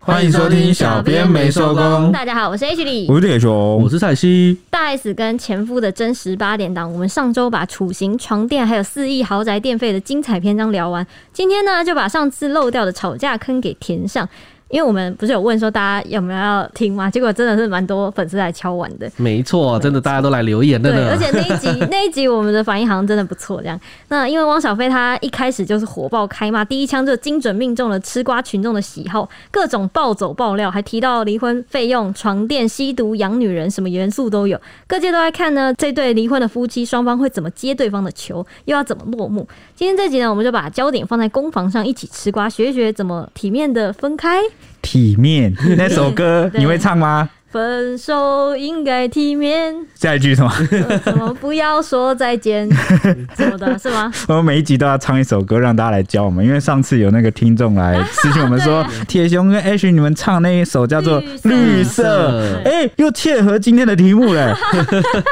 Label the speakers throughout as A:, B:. A: 欢迎收听小编没收工
B: 大家好，我是 H 李。
A: 我是铁熊，
C: 我是蔡西，
B: 大 S 跟前夫的真实八点档，我们上周把处刑、床垫还有四亿豪宅电费的精彩篇章聊完，今天呢就把上次漏掉的吵架坑给填上。因为我们不是有问说大家有没有要听吗？结果真的是蛮多粉丝来敲碗的。
C: 没错，真的大家都来留言了
B: 对，
C: 呢。
B: 而且那一集那一集我们的反应好像真的不错，这样。那因为汪小菲他一开始就是火爆开骂，第一枪就精准命中了吃瓜群众的喜好，各种暴走爆料，还提到离婚费用、床垫、吸毒、养女人，什么元素都有。各界都在看呢，这对离婚的夫妻双方会怎么接对方的球，又要怎么落幕。今天这集呢，我们就把焦点放在攻防上，一起吃瓜，学一学怎么体面的分开。
D: 体面那首歌
B: 对
D: 你会 唱吗？
B: 分手应该体面，
D: 下一句什么？
B: 呃怎么不要说再见什么的，是吗？
D: 我们每一集都要唱一首歌，让大家来教我们。因为上次有那个听众来私信我 们说，铁熊跟 H 你们唱那一首叫做
B: 绿
D: 《
B: 色
D: 绿色》，
C: 色
D: 哎、又切合今天的题 目嘞。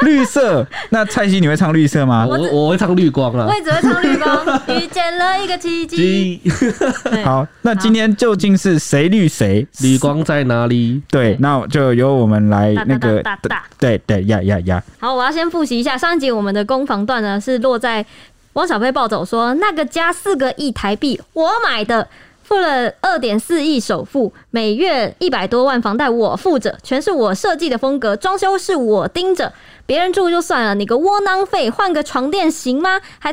D: 绿色，那蔡西你会唱绿色吗？
C: 我我会唱绿光啊
B: 我，也只会唱绿 光，遇见了一个奇迹。
C: 鸡
B: 对，
D: 好，那今天究竟是谁绿谁？
C: 绿光在哪里？
D: 对，那就由我们来
B: 哒哒
D: 那个
B: 哒哒哒，
D: 对对呀呀呀，
B: 好，我要先复习一下上一集我们的攻防段呢，是落在汪小菲暴走说那个家四个亿台币我买的。付了二点四亿首付，每月一百多万房贷我付着，全是我设计的风格，装修是我盯着，别人住就算了，你个窝囊废，换个床垫行吗？还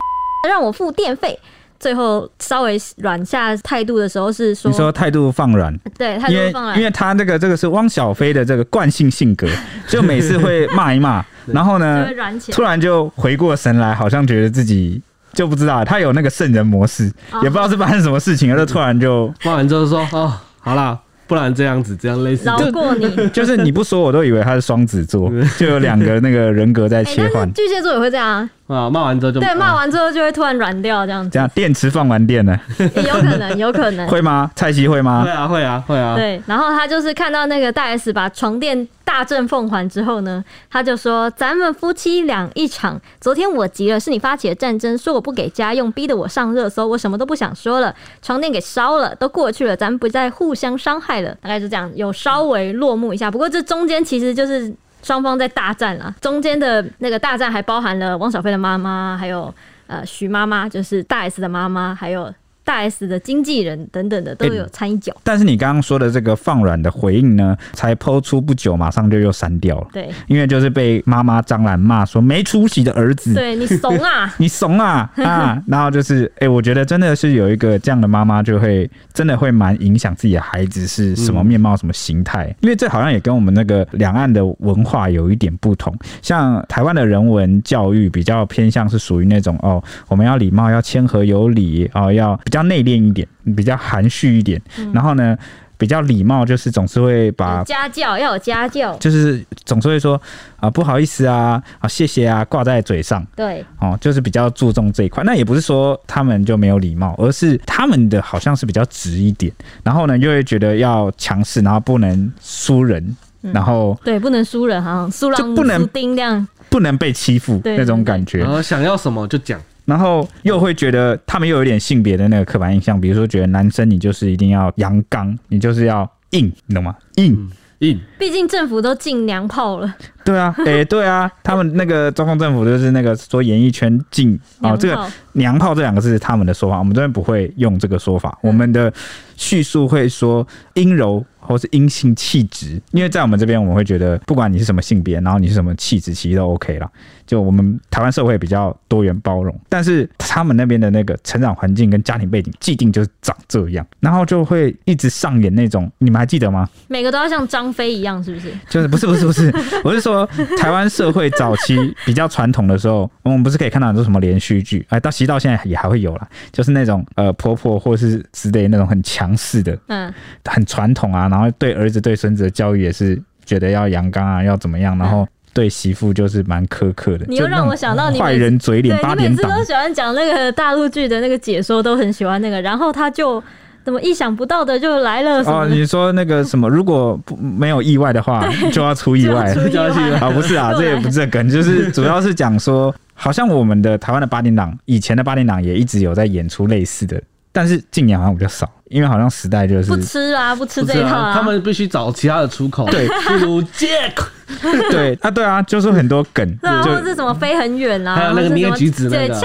B: 让我付电费。最后稍微软下态度的时候是说，
D: 你说态度放软，
B: 对，态
D: 因
B: 度
D: 为
B: 放软
D: 因，为他这个这个是汪小菲的这个惯性性 格，就每次会骂一骂，然后
B: 就
D: 呢
B: 会，软起来
D: 突。然就回过神来，好像觉得自己就不知道他有那个圣人模式，
B: 哦
D: 也不知道是发生什么事情，就突然就
C: 骂完之后说哦，好啦，不然这样子，这样类似
B: 饶
C: 的。
B: 过你。
D: 就是你不说我都以为他是双子座，就有两个那个人格在
B: 哎，
D: 切
B: 但是
D: 换，
B: 巨蟹座也会这样啊，
C: 啊，骂完之后就
B: 对，骂
C: 啊
B: 完之后就会突然软掉，这样子
D: 这，样电池放完电了，
B: 也有可能，有可能。
D: 会吗？蔡西会吗
C: 会？啊会啊会啊，
B: 对，然后他就是看到那个大 S 把床垫大正奉还之后呢，他就说：“咱们夫妻俩一场，昨天我急了，是你发起的战争，说我不给家用，逼得我上热搜，我什么都不想说了，床垫给烧了，都过去了，咱们不再互相伤害了。”大概就这样，有稍微落幕一下。不过这中间其实就是。双方在大战啦，中间的那个大战还包含了汪小菲的妈妈，还有呃徐妈妈，就是大 S 的妈妈，还有大 S 的经纪人等等的都有参与角。
D: 但是你刚刚说的这个放软的回应呢，才抛出不久，马上就又删掉了，
B: 对，
D: 因为就是被妈妈张兰骂说没出息的儿子，！
B: 对你怂啊
D: 你怂啊啊！然后就是，哎、我觉得真的是有一个这样的妈妈，就会真的会蛮影响自己的孩子是什么面貌、什么形态，因为这好像也跟我们那个两岸的文化有一点不同。像台湾的人文教育比较偏向是属于那种哦，我们要礼貌，要谦和有礼，哦，要比较内敛一点，比较含蓄一点，然后呢。比较礼貌，就是总是会 把
B: 有家教要有家教，
D: 就是总是会说啊不好意思啊啊谢谢啊挂在嘴上
B: 对
D: 哦，就是比较注重这一块。那也不是说他们就没有礼貌，而是他们的好像是比较直一点，然后呢又会觉得要强势，然后不能输人，
B: 嗯
D: 然后
B: 对，不能输人，好像输
D: 就
B: 狼
D: 不能
B: 输丁这样，
D: 不能被欺负
B: 对嗯
D: 那种感觉
C: 然。后想要什么就讲，
D: 然后又会觉得他们又有点性别的那个刻板印象，比如说觉得男生你就是一定要阳刚，你就是要硬，你懂吗？硬。
B: 嗯
C: 硬
B: 毕竟政府都禁娘炮了，
D: 对啊，诶，对啊，他们那个中共政府就是那个说演艺圈禁哦，
B: 娘
D: 这个
B: 炮
D: “娘炮”这两个字是他们的说法，我们这边不会用这个说法。我们的叙述会说阴柔或是阴性气质，因为在我们这边我们会觉得，不管你是什么性别，然后你是什么气质，其实都 OK 啦。就我们台湾社会比较多元包容，但是他们那边的那个成长环境跟家庭背景既定就是长这样，然后就会一直上演那种，你们还记得吗？
B: 每个都要像张飞一样，是不是？
D: 就是不是不是不 是，我是说台湾社会早期比较传统的时候，我们不是可以看到很多什么连续剧，哎，到其实到现在也还会有啦，就是那种呃婆婆或是之类那种很强势的、
B: 嗯，
D: 很传统啊，然后对儿子对孙子的教育也是觉得要阳刚啊，要怎么样，然后。对媳妇就是蛮苛刻的。
B: 嗯你又
D: 就那
B: 让我
D: 种
B: 想到你
D: 坏
B: 每
D: 人嘴脸
B: 对
D: 八
B: 你每
D: 点
B: 次
D: 档
B: 都，喜欢讲那个大陆剧的那个解说，都很喜欢那个，然后他就怎么意想不到的就来了什
D: 哦，
B: 么的，
D: 你说那个什么，如果不没有意外的话，就要出意
B: 就
D: 外。
B: 出意
C: 就要
B: 外
C: 去
D: 啊，不是啊，
B: 又
D: 这
B: 来
D: 也不是这梗，就是主要是讲说，好像我们的台湾的八点档，以前的八点档也一直有在演出类似的，但是近年好像比较少，因为好像时代就是
B: 不吃啊，不吃
C: 不
B: 这
C: 是
B: 一套
C: 啊，他们必须找其他的出口，
D: 对，
C: 例如 Jack，
D: 对啊，对啊，就是很多梗，
B: 对啊，或者
D: 就是
B: 怎么飞很远啊，
C: 还有那个
B: 或者是
C: 捏
B: 什么
C: 橘子那
B: 对，啊
C: 个啊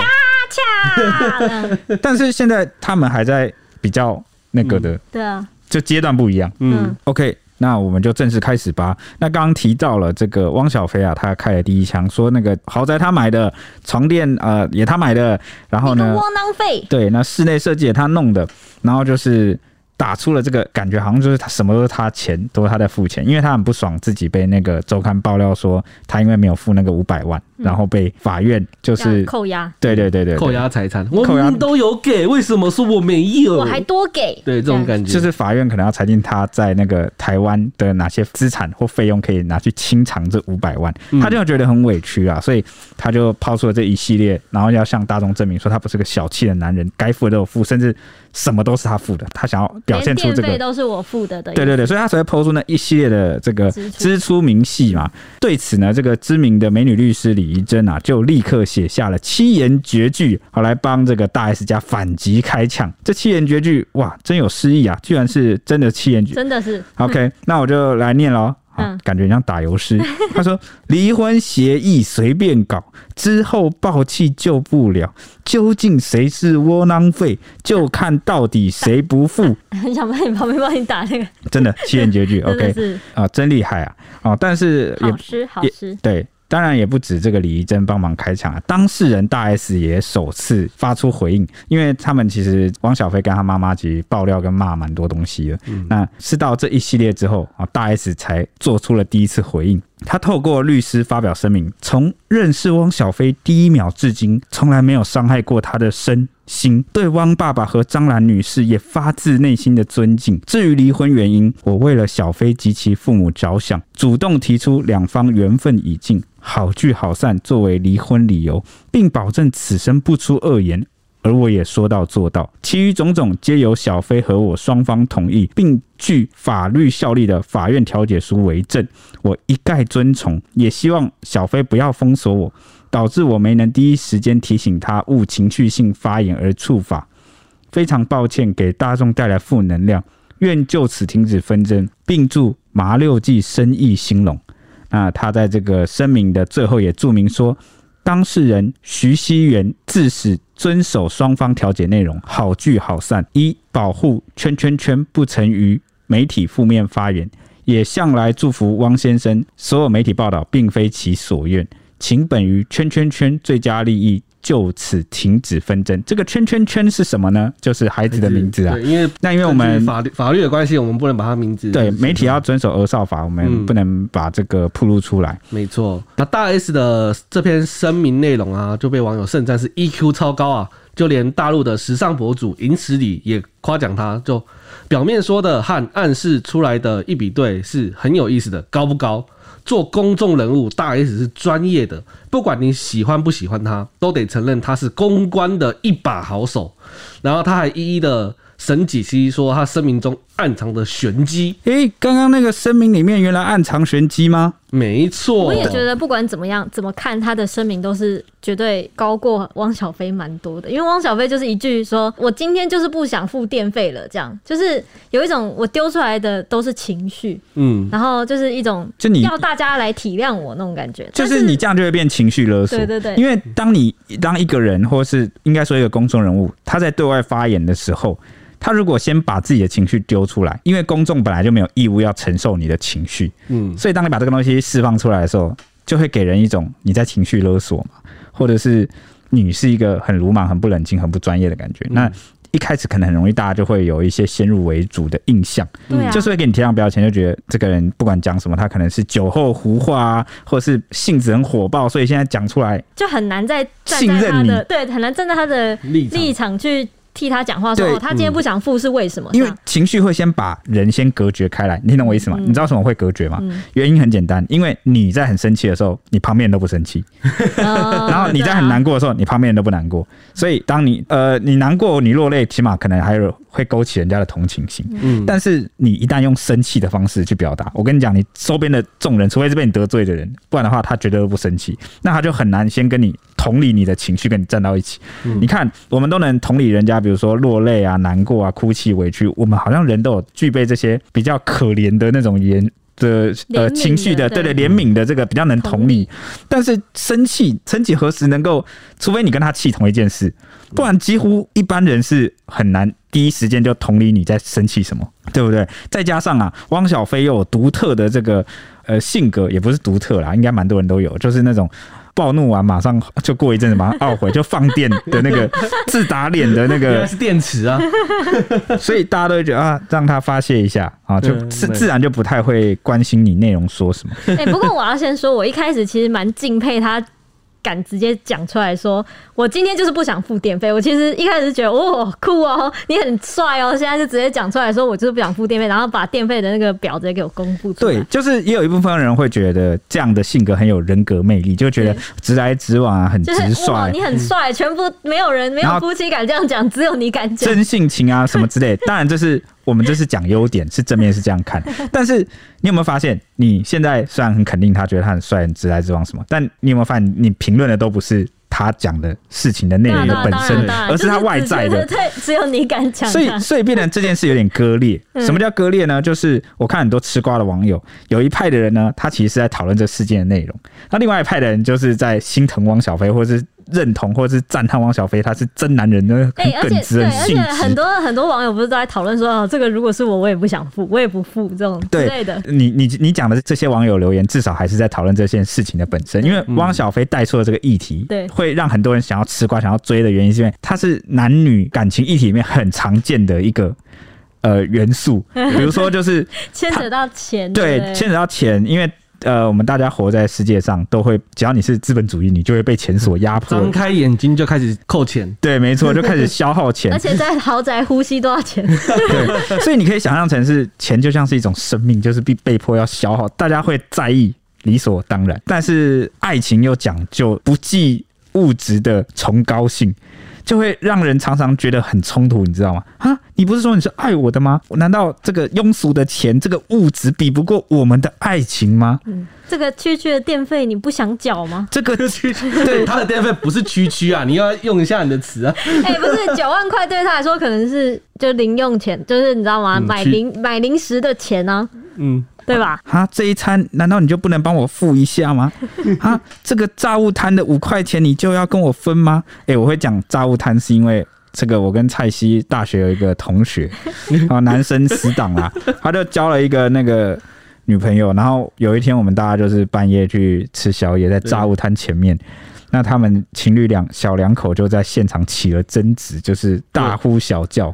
B: 恰恰，嗯
D: 但是现在他们还在比较那个的，
B: 对啊，
D: 就阶段不一样。
C: 嗯
B: 嗯，
D: OK，那我们就正式开始吧。那刚刚提到了这个汪小菲啊，他开了第一枪，说那个豪宅他买的，床垫呃也他买的，然后
B: 一个
D: 呢，
B: 窝囊废，
D: 对，那室内设计也他弄的，然后就是打出了这个感觉，好像就是他什么都是他钱，都是他在付钱，因为他很不爽自己被那个周刊爆料说他因为没有付那个五百万，
B: 嗯
D: 然后被法院就
B: 这样
D: 是
B: 扣押，
D: 对对对对对
C: 扣押财产，我
D: 扣押
C: 们都有给，为什么说我没有？
B: 我还多给，
C: 对这种感觉，
D: 就是法院可能要裁定他在那个台湾的哪些资产或费用可以拿去清偿这五百万，
C: 嗯
D: 他就觉得很委屈啊，所以他就抛出了这一系列，然后要向大众证明说他不是个小气的男人，该付的都有付，甚至什么都是他付的，他想要表现
B: 连
D: 出
B: 电
D: 这
B: 费
D: 个。
B: 都是我付的的，
D: 对对对，所以他才会抛出那一系列的这个
B: 支出
D: 支出明细嘛。对此呢，这个知名的美女律师李怡珍啊，就立刻写下了七言绝句，好来帮这个大 S 家反击开枪。这七言绝句，哇，真有诗意啊，居然是真的七言绝。
B: 真的是
D: OK，那我就来念喽。啊
B: 嗯，
D: 感觉像打油 诗。他说：“离婚协议随便搞，之后爆气救不了，究竟谁是窝囊废，就看到底谁不付。
B: 很想把你旁边帮你打那个，”
D: 真的七言绝句。
B: 真
D: OK，
B: 的是
D: 啊，真厉害啊！啊，但是也
B: 好吃好
D: 也
B: 吃，
D: 对，当然也不止这个李怡珍帮忙开场啊，当事人大 S 也首次发出回应，因为他们其实汪小菲跟他妈妈其实爆料跟骂蛮多东西的，那是到这一系列之后啊，大 S 才做出了第一次回应。他透过律师发表声明，从认识汪小菲第一秒至今，从来没有伤害过他的身心，对汪爸爸和张兰女士也发自内心的尊敬。至于离婚原因，我为了小菲及其父母着想，主动提出两方缘分已尽，好聚好散作为离婚理由，并保证此生不出恶言，而我也说到做到，其余种种皆由小飞和我双方同意，并据法律效力的法院调解书为证，我一概遵从。也希望小飞不要封锁我，导致我没能第一时间提醒他勿情绪性发言而触法。非常抱歉给大众带来负能量，愿就此停止纷争，并祝麻六记生意兴隆。那他在这个声明的最后也注明说，当事人徐熙媛自始遵守双方调解内容，好聚好散。一、保护圈圈圈不曾于媒体负面发言，也向来祝福汪先生。所有媒体报道并非其所愿，请本于圈圈圈最佳利益，就此停止纷争。这个圈圈圈是什么呢？就是孩子的名字啊
C: 对。因为
D: 那因为我们
C: 根据法律法律的关系，我们不能把他名字
D: 对媒体要遵守儿少法，我们
C: 嗯
D: 不能把这个铺露出来。
C: 没错，那大 S 的这篇声明内容啊，就被网友盛赞是 EQ 超高啊，就连大陆的时尚博主银池里也夸奖他，就表面说的和暗示出来的一比对是很有意思的，高不高？做公众人物，大 S 是专业的，不管你喜欢不喜欢他，都得承认他是公关的一把好手。然后他还一一的审解析说他声明中暗藏的玄机，
D: 诶、刚刚那个声明里面原来暗藏玄机吗？
C: 没错，
B: 我也觉得，不管怎么样，怎么看他的声明都是绝对高过汪小菲蛮多的，因为汪小菲就是一句说：“我今天就是不想付电费了。”这样就是有一种我丢出来的都是情绪，
C: 嗯，
B: 然后就是一种
D: 就你
B: 要大家来体谅我那种感觉。
D: 就
B: 但
D: 是你这样就会变情绪勒索。
B: 对对对
D: 因为当你当一个人，或是应该说一个公众人物，他在对外发言的时候，他如果先把自己的情绪丢出来，因为公众本来就没有义务要承受你的情绪，
C: 嗯，
D: 所以当你把这个东西释放出来的时候，就会给人一种你在情绪勒索嘛，或者是你是一个很鲁莽、很不冷静、很不专业的感
B: 嗯
D: 觉。那一开始可能很容易大家就会有一些先入为主的印象，
B: 对啊，
D: 就是会给你贴上标签，就觉得这个人不管讲什么，他可能是酒后胡话啊，或者是性子很火爆，所以现在讲出来，
B: 就很难再站
D: 信
B: 在
D: 任
B: 他
D: 你
B: 的对，很难站在他的
C: 立场
B: 立场去替他讲话说，
D: 对嗯
B: 哦，他今天不想付是为什么？
D: 因
B: 这
D: 为
B: 样
D: 情绪会先把人先隔绝开来，你懂我意思吗？你
B: 嗯
D: 知道为什么会隔绝吗？
B: 嗯
D: 原因很简单，因为你在很生气的时候，你旁边人都不生气；
B: 呃
D: 然后你在很难过的时候，你旁边人都不难过。所以当你呃你难过，你落泪，起码可能还有会勾起人家的同情心。
C: 嗯，
D: 但是你一旦用生气的方式去表达，我跟你讲，你周边的众人，除非是被你得罪的人，不然的话，他绝对不生气。那他就很难先跟你同理你的情绪，跟你站到一起。
C: 嗯
D: 你看，我们都能同理人家，比如说落泪啊、难过啊、哭泣、委屈，我们好像人都有具备这些比较可怜的那种言。的
B: 怜
D: 呃
B: 悯的
D: 情绪的对
B: 对
D: 对怜悯的这个比较能同
B: 同
D: 理，但是生气生气何时能够？除非你跟他气同一件事，不然几乎一般人是很难第一时间就同理你在生气什么，对不对？再加上啊，汪小菲又有独特的这个呃性格，也不是独特啦，应该蛮多人都有，就是那种。暴怒完，马上就过一阵子，马上懊悔，就放电的那个 自打脸的那
C: 原来
D: 个，
C: 是电池啊，
D: 所以大家都会觉得啊，让他发泄一下啊，就
C: 嗯
D: 自
C: 对
D: 自然就不太会关心你内容说 什么。
B: 哎、不过我要先说，我一开始其实蛮敬佩他。敢直接讲出来说，我今天就是不想付电费。我其实一开始觉得，哦，酷哦，你很帅哦。现在就直接讲出来说，我就是不想付电费，然后把电费的那个表直接给我公布出来。
D: 对，就是也有一部分人会觉得这样的性格很有人格魅力，就觉得
B: 对
D: 直来直往啊，很
B: 就
D: 直
B: 是哇，
D: 率
B: 你。很帅，全部没有人没
D: 然
B: 有
D: 后
B: 夫妻敢这样讲，只有你敢讲。
D: 真性情啊，什么之类，当然这是我们这是讲优点，是正面是这样 看。但是你有没有发现，你现在虽然很肯定他觉得他很帅、很直来直往什么，但你有没有发现，你评论的都不是他讲的事情的内
B: 对
D: 容
B: 啊
D: 的
B: 对啊
D: 本
B: 当然
D: 身
B: 当，然
D: 而是他外在的
B: 就是只。对，只有你敢讲啊。
D: 所以，所以变成这件事有点割裂。
B: 嗯
D: 什么叫割裂呢？就是我看很多吃瓜的网友，有一派的人呢，他其实是在讨论这事件的内容；那另外一派的人就是在心疼汪小菲，或是认同，或是赞叹汪小菲他是真男人，呢，
B: 哎、
D: 很
B: 而
D: 耿
B: 且
D: 直，
B: 对，
D: 很
B: 而
D: 性
B: 且
D: 直
B: 很。多很多网友不是都在讨论说，哦，这个如果是我，我也不想付，我也不付这种之
D: 对
B: 类的。
D: 你你你讲的这些网友留言，至少还是在讨论这件事情的本身，因为汪小菲带出了这个议题，
B: 嗯对
D: 会让很多人想要吃瓜、想要追的原因，是因为它是男女感情议题里面很常见的一个呃元素，比如说 就是
B: 牵扯到钱，
D: 对
B: 不对，
D: 牵扯到钱，因为呃我们大家活在世界上都会，只要你是资本主义，你就会被钱所压
C: 张
D: 迫。
C: 开眼睛就开始 扣钱，
D: 对，没错，就开始消耗钱
B: 而，且在豪宅呼吸都要钱，
D: 对，所以你可以想象成是钱就像是一种生命，就是被被迫要消耗，大家会在意，理所当然。但是爱情又讲究不计物质的崇高性。就会让人常常觉得很冲突，你知道吗？啊，你不是说你是爱我的吗？难道这个庸俗的钱，这个物质比不过我们的爱情吗？
B: 这个区区的电费你不想缴吗？
D: 这个
C: 对，他的电费不是区区啊，你要用一下你的词啊，
B: 哎、不是九万块对他来说可能是就零用钱，就是你知道吗？
C: 嗯
B: 买
C: 去
B: 零买零食的钱呢、
C: 嗯，
B: 啊，对吧？
D: 啊，这一餐难道你就不能帮我付一下吗？ 啊，这个炸物摊的五块钱你就要跟我分吗？诶，我会讲炸物摊是因为。这个我跟蔡西大学有一个同学，啊，男生死党啦，他就交了一个那个女朋友，然后有一天我们大家就是半夜去吃宵夜，在炸物摊前面，那他们情侣两小两口就在现场起了争执，就是大呼小叫，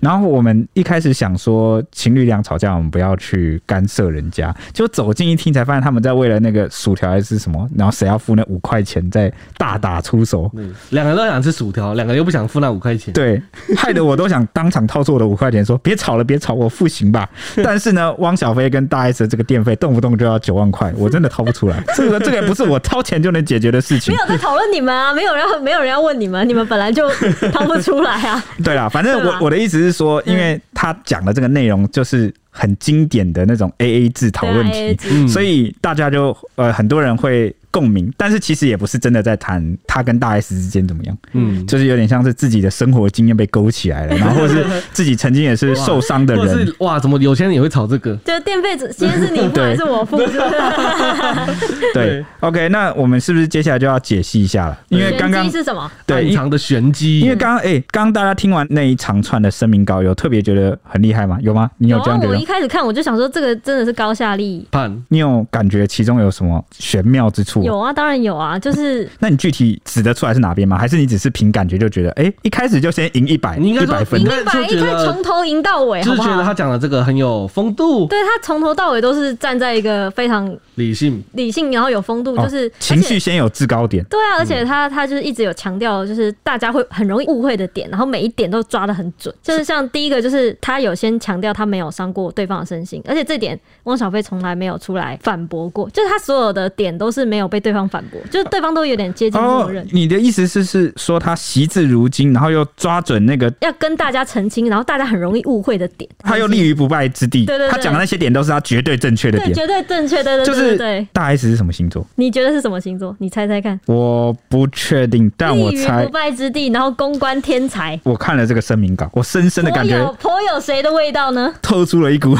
D: 然后我们一开始想说情侣俩吵架，我们不要去干涉人家，就走近一听才发现他们在为了那个薯条还是什么，然后谁要付那五块钱在大打出 手。
C: 对嗯两个都想吃薯条，两个又不想付那五块钱，
D: 对，害得我都想当场掏出我的五块钱说别吵了，别吵，我付行 吧。但是呢，汪小菲跟大 S 的这个电费动不动就要九万块，我真的掏不出来。这个这个不是我掏钱就能解决的事情
B: 没。有在讨论你们啊，没 有人要没有人要问你们，你们本来就 掏不出来啊。
D: 对啦，反正
B: 对
D: 我
B: 吧
D: 我的意思是说，因为他讲的这个内容就是很经典的那种 A A 制讨论
B: 对
D: 题
B: 啊 AA，制
C: 嗯
D: 所以大家就呃很多人会共鸣，但是其实也不是真的在谈他跟大 S 之间怎么样，
C: 嗯，
D: 就是有点像是自己的生活经验被勾起 来了，然后或是自己曾经也是受伤的
C: 或者
D: 人。
C: 是哇，怎么有钱人也会炒这个？
B: 就电费只，今天是你付
D: 对
B: 还是 我付？是啊不是？
D: 对，OK，那我们是不是接下来就要解析一下了？因为
B: 玄
D: 刚刚
B: 机是什么？
D: 对，
C: 暗
D: 因
C: 藏的玄机，
D: 因为刚刚哎，刚刚大家听完那一长串的声明稿，有特别觉得很厉害吗？有吗？你有这
B: 啊
D: 样觉，
B: 我
D: 得
B: 一？开始看我就想说，这个真的是高下立。
C: 判
D: 你有感觉其中有什么玄妙之处触、
B: 有啊，当然有啊，就是
D: 那你具体指得出来是哪边吗？还是你只是凭感觉就觉得，哎、一开始就先赢一百，
C: 你应该
D: 一
C: 说
D: 百分
C: 应
B: 赢
C: 该？
B: 一百
C: 就
B: 一
C: 觉
B: 可
C: 得
B: 以从头赢到尾，
C: 就
B: 好
C: 是
B: 不
C: 觉得
B: 好？
C: 他讲的这个很有风度、
B: 对他从头到尾都是站在一个非常
C: 理性，
B: 理性，然后有风度，
D: 哦
B: 就是、
D: 情
B: 而
D: 绪嗯
B: 且。
D: 先有制高点，
B: 对啊，而且他他就是一直有强调，就是大家会很容易误会的点，然后每一点都抓得很准。就是像第一个，就是他有先强调他没有伤过对方的身心，而且这点汪小菲从来没有出来反驳过，就是他所有的点都是没有被对方反驳，就是对方都有点接近默
D: 哦
B: 认，。
D: 你的意思是是说他惜字如金，然后又抓准那个，
B: 要跟大家澄清，然后大家很容易误会的点，
D: 他又立于不败之地。
B: 对对对
D: 他讲的那些点都是他绝对正确的
B: 对
D: 点。
B: 绝对正确，对对
D: 就
B: 对
D: 是
B: 对对。
D: 大 S 是什么星座？
B: 你觉得是什么星座？你猜猜看。
D: 我不确定，但我
B: 立于
D: 猜
B: 不，败之地，然后公关天才，
D: 我看了这个声明稿，我深深的
B: 颇
D: 感觉
B: 有颇有谁的味道呢？
D: 透出了一 股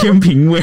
D: 天平味。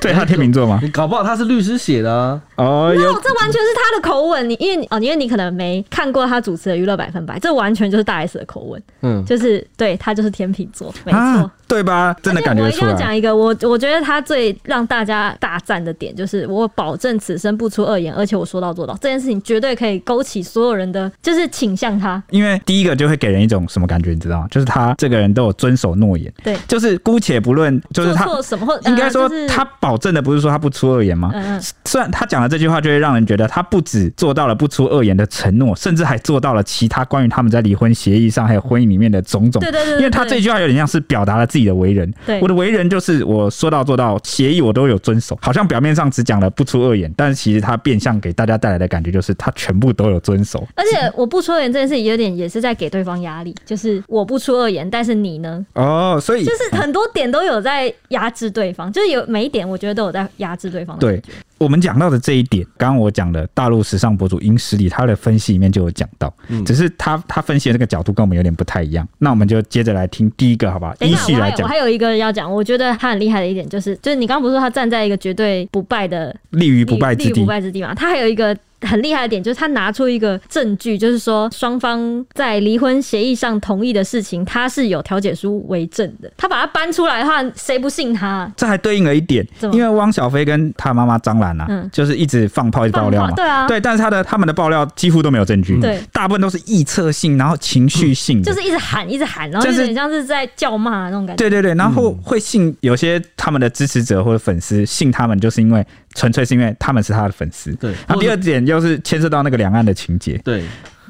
D: 对他天秤座 吗？
C: 你搞不好他是律师写的啊，
D: 哦，
B: 哦
D: 有，
B: 这完全是他的口吻。你因为你哦，因为你可能没看过他主持的《娱乐百分百》，这完全就是大 S 的口吻，
C: 嗯，
B: 就是对他就是天秤座，没错。
D: 啊，对吧？真的感觉
B: 而且我
D: 出
B: 一定要
D: 来。
B: 讲一个，我我觉得他最让大家大赞的点，就是我保证此生不出恶言，而且我说到做到，这件事情绝对可以勾起所有人的，就是倾向他。
D: 因为第一个就会给人一种什么感觉，你知道吗？就是他这个人都有遵守诺言，
B: 对
D: 就是姑且不论，就是他
B: 做错什么，或
D: 应该说
B: 呃就是
D: 他保证的不是说他不出恶言吗？
B: 嗯嗯
D: 虽然他讲的这句话，就会让人觉得他不止做到了不出恶言的承诺，甚至还做到了其他关于他们在离婚协议上还有婚姻里面的种种。
B: 对对对对
D: 因为他这句话有点像是表达了自己的为人。
B: 对
D: 我的为人就是我说到做到，协议我都有遵守。好像表面上只讲了不出恶言，但是其实他变相给大家带来的感觉就是他全部都有遵守。
B: 而且我不出恶言这件事情，有点也是在给对方压力，就是我不出恶言，但是你呢？
D: 哦，所以
B: 就是很多点都有在压制对方，就是有每一点我觉得都有在压制对方。，
D: 对我们讲到的这一点，刚刚我讲的大陆时尚博主殷实里，他的分析里面就有讲到，只是他他分析的这个角度跟我们有点不太一样。那我们就接着来听第一个，好吧？
B: 等一
D: 依
B: 下
D: 序
B: 我还
D: 来
B: 有我
D: 讲，
B: 还有一个要讲，我觉得他很厉害的一点就是，就是你刚刚不是说他站在一个绝对不败的
D: 立于不败之
B: 立于
D: 地
B: 不。败之地嘛？他还有一个。很厉害的点就是他拿出一个证据，就是说双方在离婚协议上同意的事情，他是有调解书为证的。他把它搬出来的话，谁不信他啊？
D: 这还对应了一点，
B: 怎么
D: 因为汪小菲跟他妈妈张兰啊，
B: 嗯
D: 就是一直放炮、一直爆料
B: 放
D: 嘛
B: 炮。对啊
D: 但是他的他们的爆料几乎都没有证据，
B: 对嗯
D: 大部分都是臆测性，然后情绪性的，
B: 就是一直喊，一直喊，然后
D: 就
B: 有
D: 是
B: 点像是在叫骂那种感觉。
D: 对对对，然后会信有些他们的支持者或者粉丝信他们，就是因为纯粹是因为他们是他的粉丝。
C: 对
D: 然后第二点又是牵涉到那个两岸的情节，
C: 对，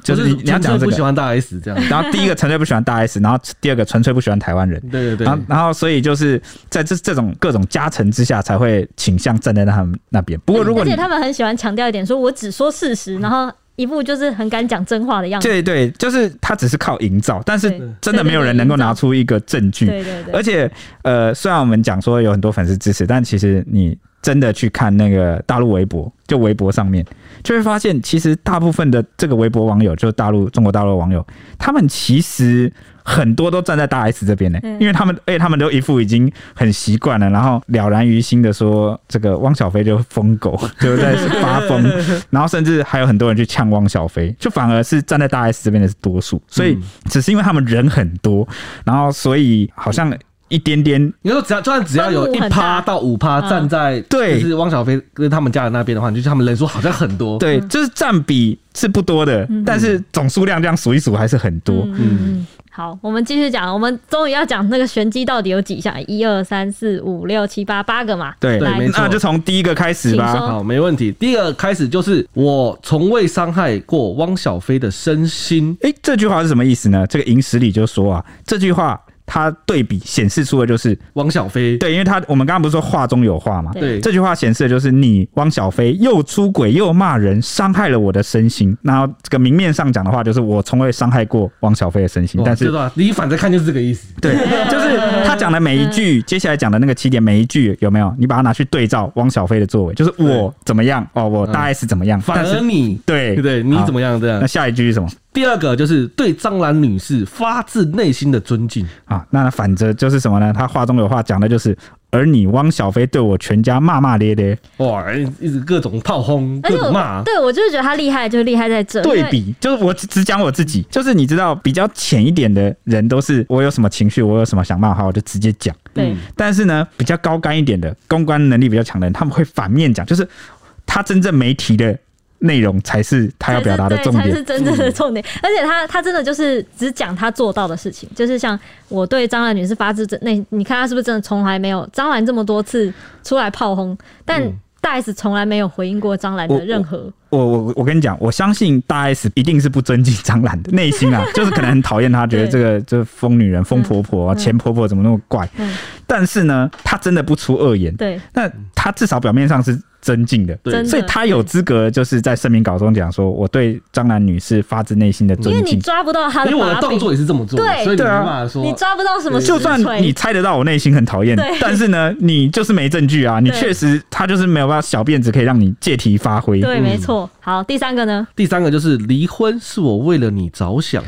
D: 就是你你要
C: 纯粹
D: 讲这
C: 不喜
D: 个。
C: 欢大 S 这样，
D: 然后第一个纯粹不喜欢大 S，然后第二个纯粹不喜欢台湾人。
C: 对对对
D: 然，后，然后，所以就是在这这种各种加成之下，才会倾向站在他们那边。不过，如果
B: 而
D: 你
B: 且他们很喜欢强调一点，说我只说事
D: 嗯
B: 实，然后一副就是很敢讲真话的样子。
D: 对对，就是他只是靠营造，但是
B: 对
D: 真的没有人能够拿出一个证据。
B: 对对对，
D: 而且呃，虽然我们讲说有很多粉丝支持，但其实你真的去看那个大陆微博，就微博上面，就会发现，其实大部分的这个微博网友，就是大陆中国大陆的网友，他们其实很多都站在大 S 这边呢、
B: 嗯
D: 因为他们，哎、他们都一副已经很习惯了，然后了然于心的说，这个汪小菲就疯狗， 就是在发 疯，然后甚至还有很多人去呛汪小菲，就反而是站在大 S 这边的是多数，所以
C: 嗯
D: 只是因为他们人很多，然后所以好像一点点
C: 你说只要就算只要有一
B: 分母很
C: 趴
B: 大
C: 到五趴
B: 嗯
C: 站在
D: 对
C: 就是汪小菲跟他们家人那边的话，你就觉得他们人数好像很多，
B: 嗯
D: 对，就是占比是不多的，但是总数量这样数一数还是很多。
B: 嗯嗯嗯。好，我们继续讲，我们终于要讲那个玄机到底有几项？一二三四五六七八八个嘛。
D: 对，
C: 对
D: 那
C: 没错
D: 那就从第一个开始
B: 请
D: 吧。
B: 说
C: 好，没问题。第二个开始就是我从未伤害过汪小菲的身心，
D: 诶，这句话是什么意思呢？这个银石里就说啊，这句话它对比显示出的就是
C: 汪小菲
D: 对，因为他我们刚刚不是说话中有话嘛，
C: 对
D: 这句话显示的就是你汪小菲又出轨又骂人，伤害了我的身心。然后这个明面上讲的话就是我从未伤害过汪小菲的身心，
C: 哇
D: 但是
C: 哦对吧？你反着看就是这个意思，
D: 对，就是他讲的每一 句，接下来讲的那个起点每一句有没有？你把它拿去对照汪小菲的作为，就是我怎么样哦，我大 S 怎么样，
C: 反
D: 但
C: 而
D: 是
C: 你
D: 对
C: 对对，你
D: 好
C: 怎么样这样
D: 那？下一句是什么
C: 第二个就是对张兰女士发自内心的尊敬，
D: 啊？那反着就是什么呢？他话中有话讲的就是，而你汪小菲对我全家骂骂咧咧，
C: 哇，一一直各种炮轰，
B: 而
C: 各
B: 且
C: 种
B: 我
C: 骂，
B: 对我就是觉得他厉害，就是厉害在这
D: 啊对。
B: 因为
D: 比就是我只只讲我自己，就是你知道比较浅一点的人都是我有什么情绪，我有什么想骂他，我就直接讲。
B: 对
D: 但是呢，比较高干一点的公关能力比较强的人，他们会反面讲，就是。他真正没提的内容才是他要表达的重
B: 才
D: 点
B: 是。真正
C: 嗯
B: 的重点。 而且他他真的就是只讲他做到的事情，就是像我对张兰女士发自真那，你看他是不是真的从来没有张兰这么多次出来炮轰，但大 S 从来没有回应过张兰的任何。
D: 嗯我我我跟你讲，我相信大 S 一定是不尊敬张兰 的，内心啊，就是可能很讨厌她，觉得这个这疯女人、疯婆婆、啊、
B: 嗯
D: 钱婆婆怎么那么怪。
B: 嗯，
D: 但是呢，她真的不出恶言，
B: 对，
D: 那她至少表面上是尊敬的。
C: 对
B: 真的
D: 所以她有资格，就是在声明稿中讲说，我对张兰女士发自内心的
B: 因为
D: 尊
B: 你
D: 敬。
B: 抓不到他的
C: 因为我的
B: 把
C: 动
B: 柄，
C: 作也是这么做的，
B: 对
C: 所以你
D: 对
C: 没
D: 啊
C: 办法说
B: 你抓不到什么实
D: 就
B: 锤，
D: 算你猜得到我内心很讨厌
B: 对，
D: 但是呢，你就是没证据啊，你
B: 对
D: 确实她就是没有办法小辫子可以让你借题发挥。
B: 对，没错。好，第三个呢？
C: 第三个就是离婚是我为了你着想，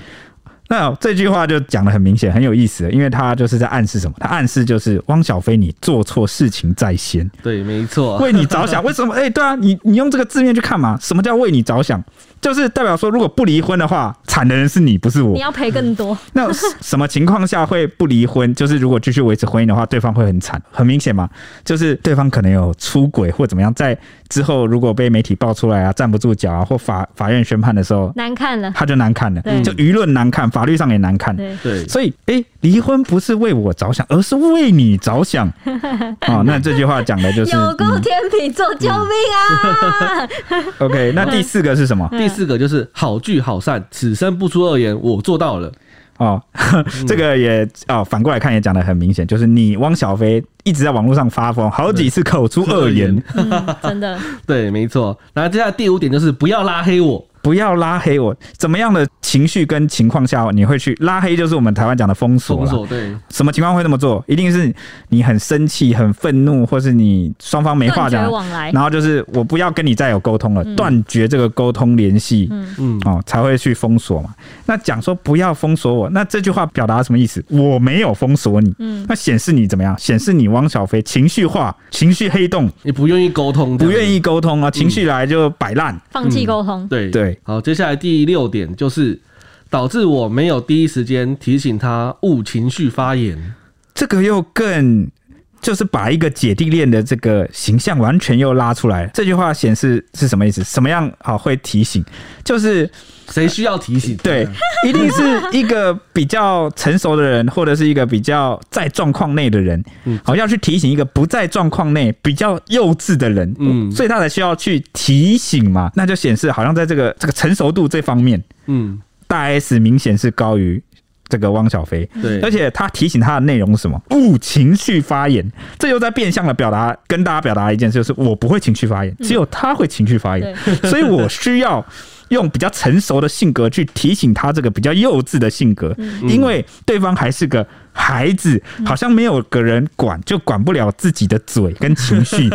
D: 那这句话就讲的很明显，很有意思，因为他就是在暗示什么？他暗示就是汪小菲，你做错事情在先，
C: 对，没错，
B: 哦
D: 为你着 想。为什么？哎、对啊，你你用这个字面去看嘛，什么叫为你着想？就是代表说，如果不离婚的话，惨的人是你，不是我
B: 你。要赔更多，
D: 那什么情况下会不离婚？就是如果继续维持婚姻的话，对方会很惨，很明显嘛，就是对方可能有出轨或怎么样，在之后如果被媒体爆出来啊，站不住脚啊，或法法院宣判的时候，
B: 难看了。
D: 他就难看了
B: 嗯对，
D: 就舆论难看，法律上也难看。
B: 对，
C: 对，
D: 所以，哎、离婚不是为我着想，而是为你着 想。哦，那这句话讲的就是
B: 有够
D: 嗯
B: 天秤座，救命啊！
D: OK。那第四个是 什么？
C: 第四个就是好聚好散，此生不出恶言，我做到了。
D: 哦，这个也哦，反过来看也讲的很明显，就是你汪小菲一直在网络上发疯，好几次口出恶言，
B: 嗯，真的，
C: 对，没错。然后接下来第五点就是不要拉黑我，
D: 不要拉黑我。怎么样的情绪跟情况下你会去拉黑？就是我们台湾讲的封锁
C: 封
D: 啦。
C: 锁对，
D: 什么情况会这么做？一定是你很生气、很愤怒，或是你双方没话
B: 断绝
D: 讲，啊
B: 往来。嗯
D: 然后就是我不要跟你再有沟通了，断绝这个沟通联系，
C: 嗯，
D: 哦，才会去封锁嘛。那讲说不要封锁我，那这句话表达什么意思？我没有封锁你，
B: 嗯
D: 那显示你怎么样？显示你汪小菲情绪化、情绪黑洞，
C: 你不愿意沟通，
D: 不愿
C: 意，
D: 意沟通啊，情绪来就摆烂。
B: 放弃沟通，
C: 对
D: 对。
C: 好，接下来第六点就是导致我没有第一时间提醒他勿情绪发言，
D: 这个又更就是把一个姐弟恋的这个形象完全又拉出来。这句话显示是什么意思？什么样好、会提醒？就是
C: 谁需要提醒？
D: 对， 一定是一个比较成熟的人，或者是一个比较在状况内的人，
C: 嗯
D: 好、要去提醒一个不在状况内、比较幼稚的人，
C: 嗯
D: 所以他才需要去提醒嘛。那就显示好像在这个这个成熟度这方面，
C: 嗯，
D: 大 S 明显是高于这个汪小菲。
C: 对，
D: 而且他提醒他的内容是什么？勿情绪发言，这又在变相的表达跟大家表达一件事，就是我不会情绪发
C: 嗯
D: 言，只有他会情绪发言，所以我需要用比较成熟的性格去提醒他这个比较幼稚的性格，因为对方还是个。孩子好像没有个人管，就管不了自己的嘴跟情绪，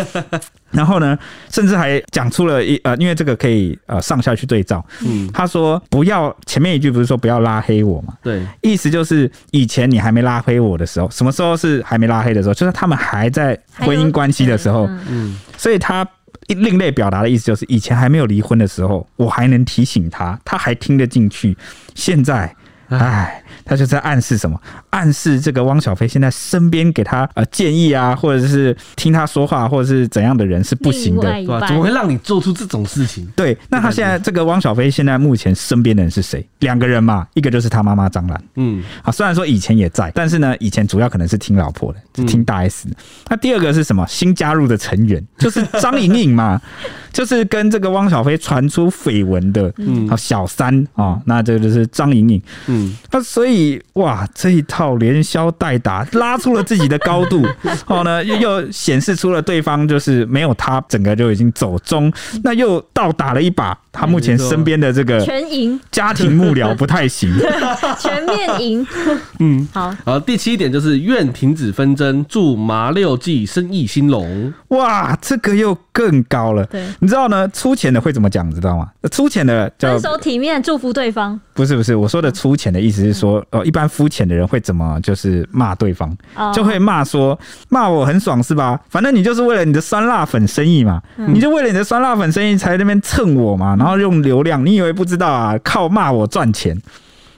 D: 然后呢，甚至还讲出了一呃，因为这个可以呃上下去对照。
C: 嗯，
D: 他说不要前面一句不是说不要拉黑我吗？
C: 对，
D: 意思就是以前你还没拉黑我的时候，什么时候是还没拉黑的时候？就是他们还在 婚姻关系的时候，
B: 嗯
C: 嗯，
D: 所以他另类表达的意思就是，以前还没有离婚的时候，我还能提醒他，他还听得进去。现在，
B: 啊
D: 唉，他就在暗示什么？暗示这个汪小菲现在身边给他呃建议啊，或者是听他说话，或者是怎样的人是不行
B: 另
D: 的
B: 外。一
C: 对吧？
B: 半
C: 怎么会让你做出这种事情？
D: 对，那他现在这个汪小菲现在目前身边的人是谁？两个人嘛，一个就是他妈妈张兰，
C: 嗯，
D: 啊，虽然说以前也在，但是呢，以前主要可能是听老婆的，
C: 嗯
D: 是听大 S 的。那第二个是什么？新加入的成 员就是张莹莹嘛， 就是跟这个汪小菲传出绯闻的，嗯，小三啊、哦那这个就是张莹莹。
C: 嗯，
D: 那所以哇，这一套连消带打，拉出了自己的高 度，然后呢，又又显示出了对方就是没有他，整个就已经走中，那又倒打了一把他目前
C: 哎没错
D: 身边的这个
B: 全 赢，
D: 家庭幕僚不太行。
B: 全面 赢。嗯，好，
C: 好，第七点就是愿停止纷争，祝麻六记生意兴隆。
D: 哇，这个又更高了。
B: 对
D: 你知道呢？粗浅的会怎么讲？你知道吗？粗浅的叫
C: 啊
B: 分手体面，祝福对方。
D: 不是不是，我说的粗浅的意思是说，哦，一般肤浅的人会怎么就是骂对方，
B: 哦
D: 就会骂说骂我很爽是吧？反正你就是为了你的酸辣粉生意嘛，你就为了你的酸辣粉生意才在那边蹭我嘛，然后用流量，你以为不知道啊？靠骂我赚钱。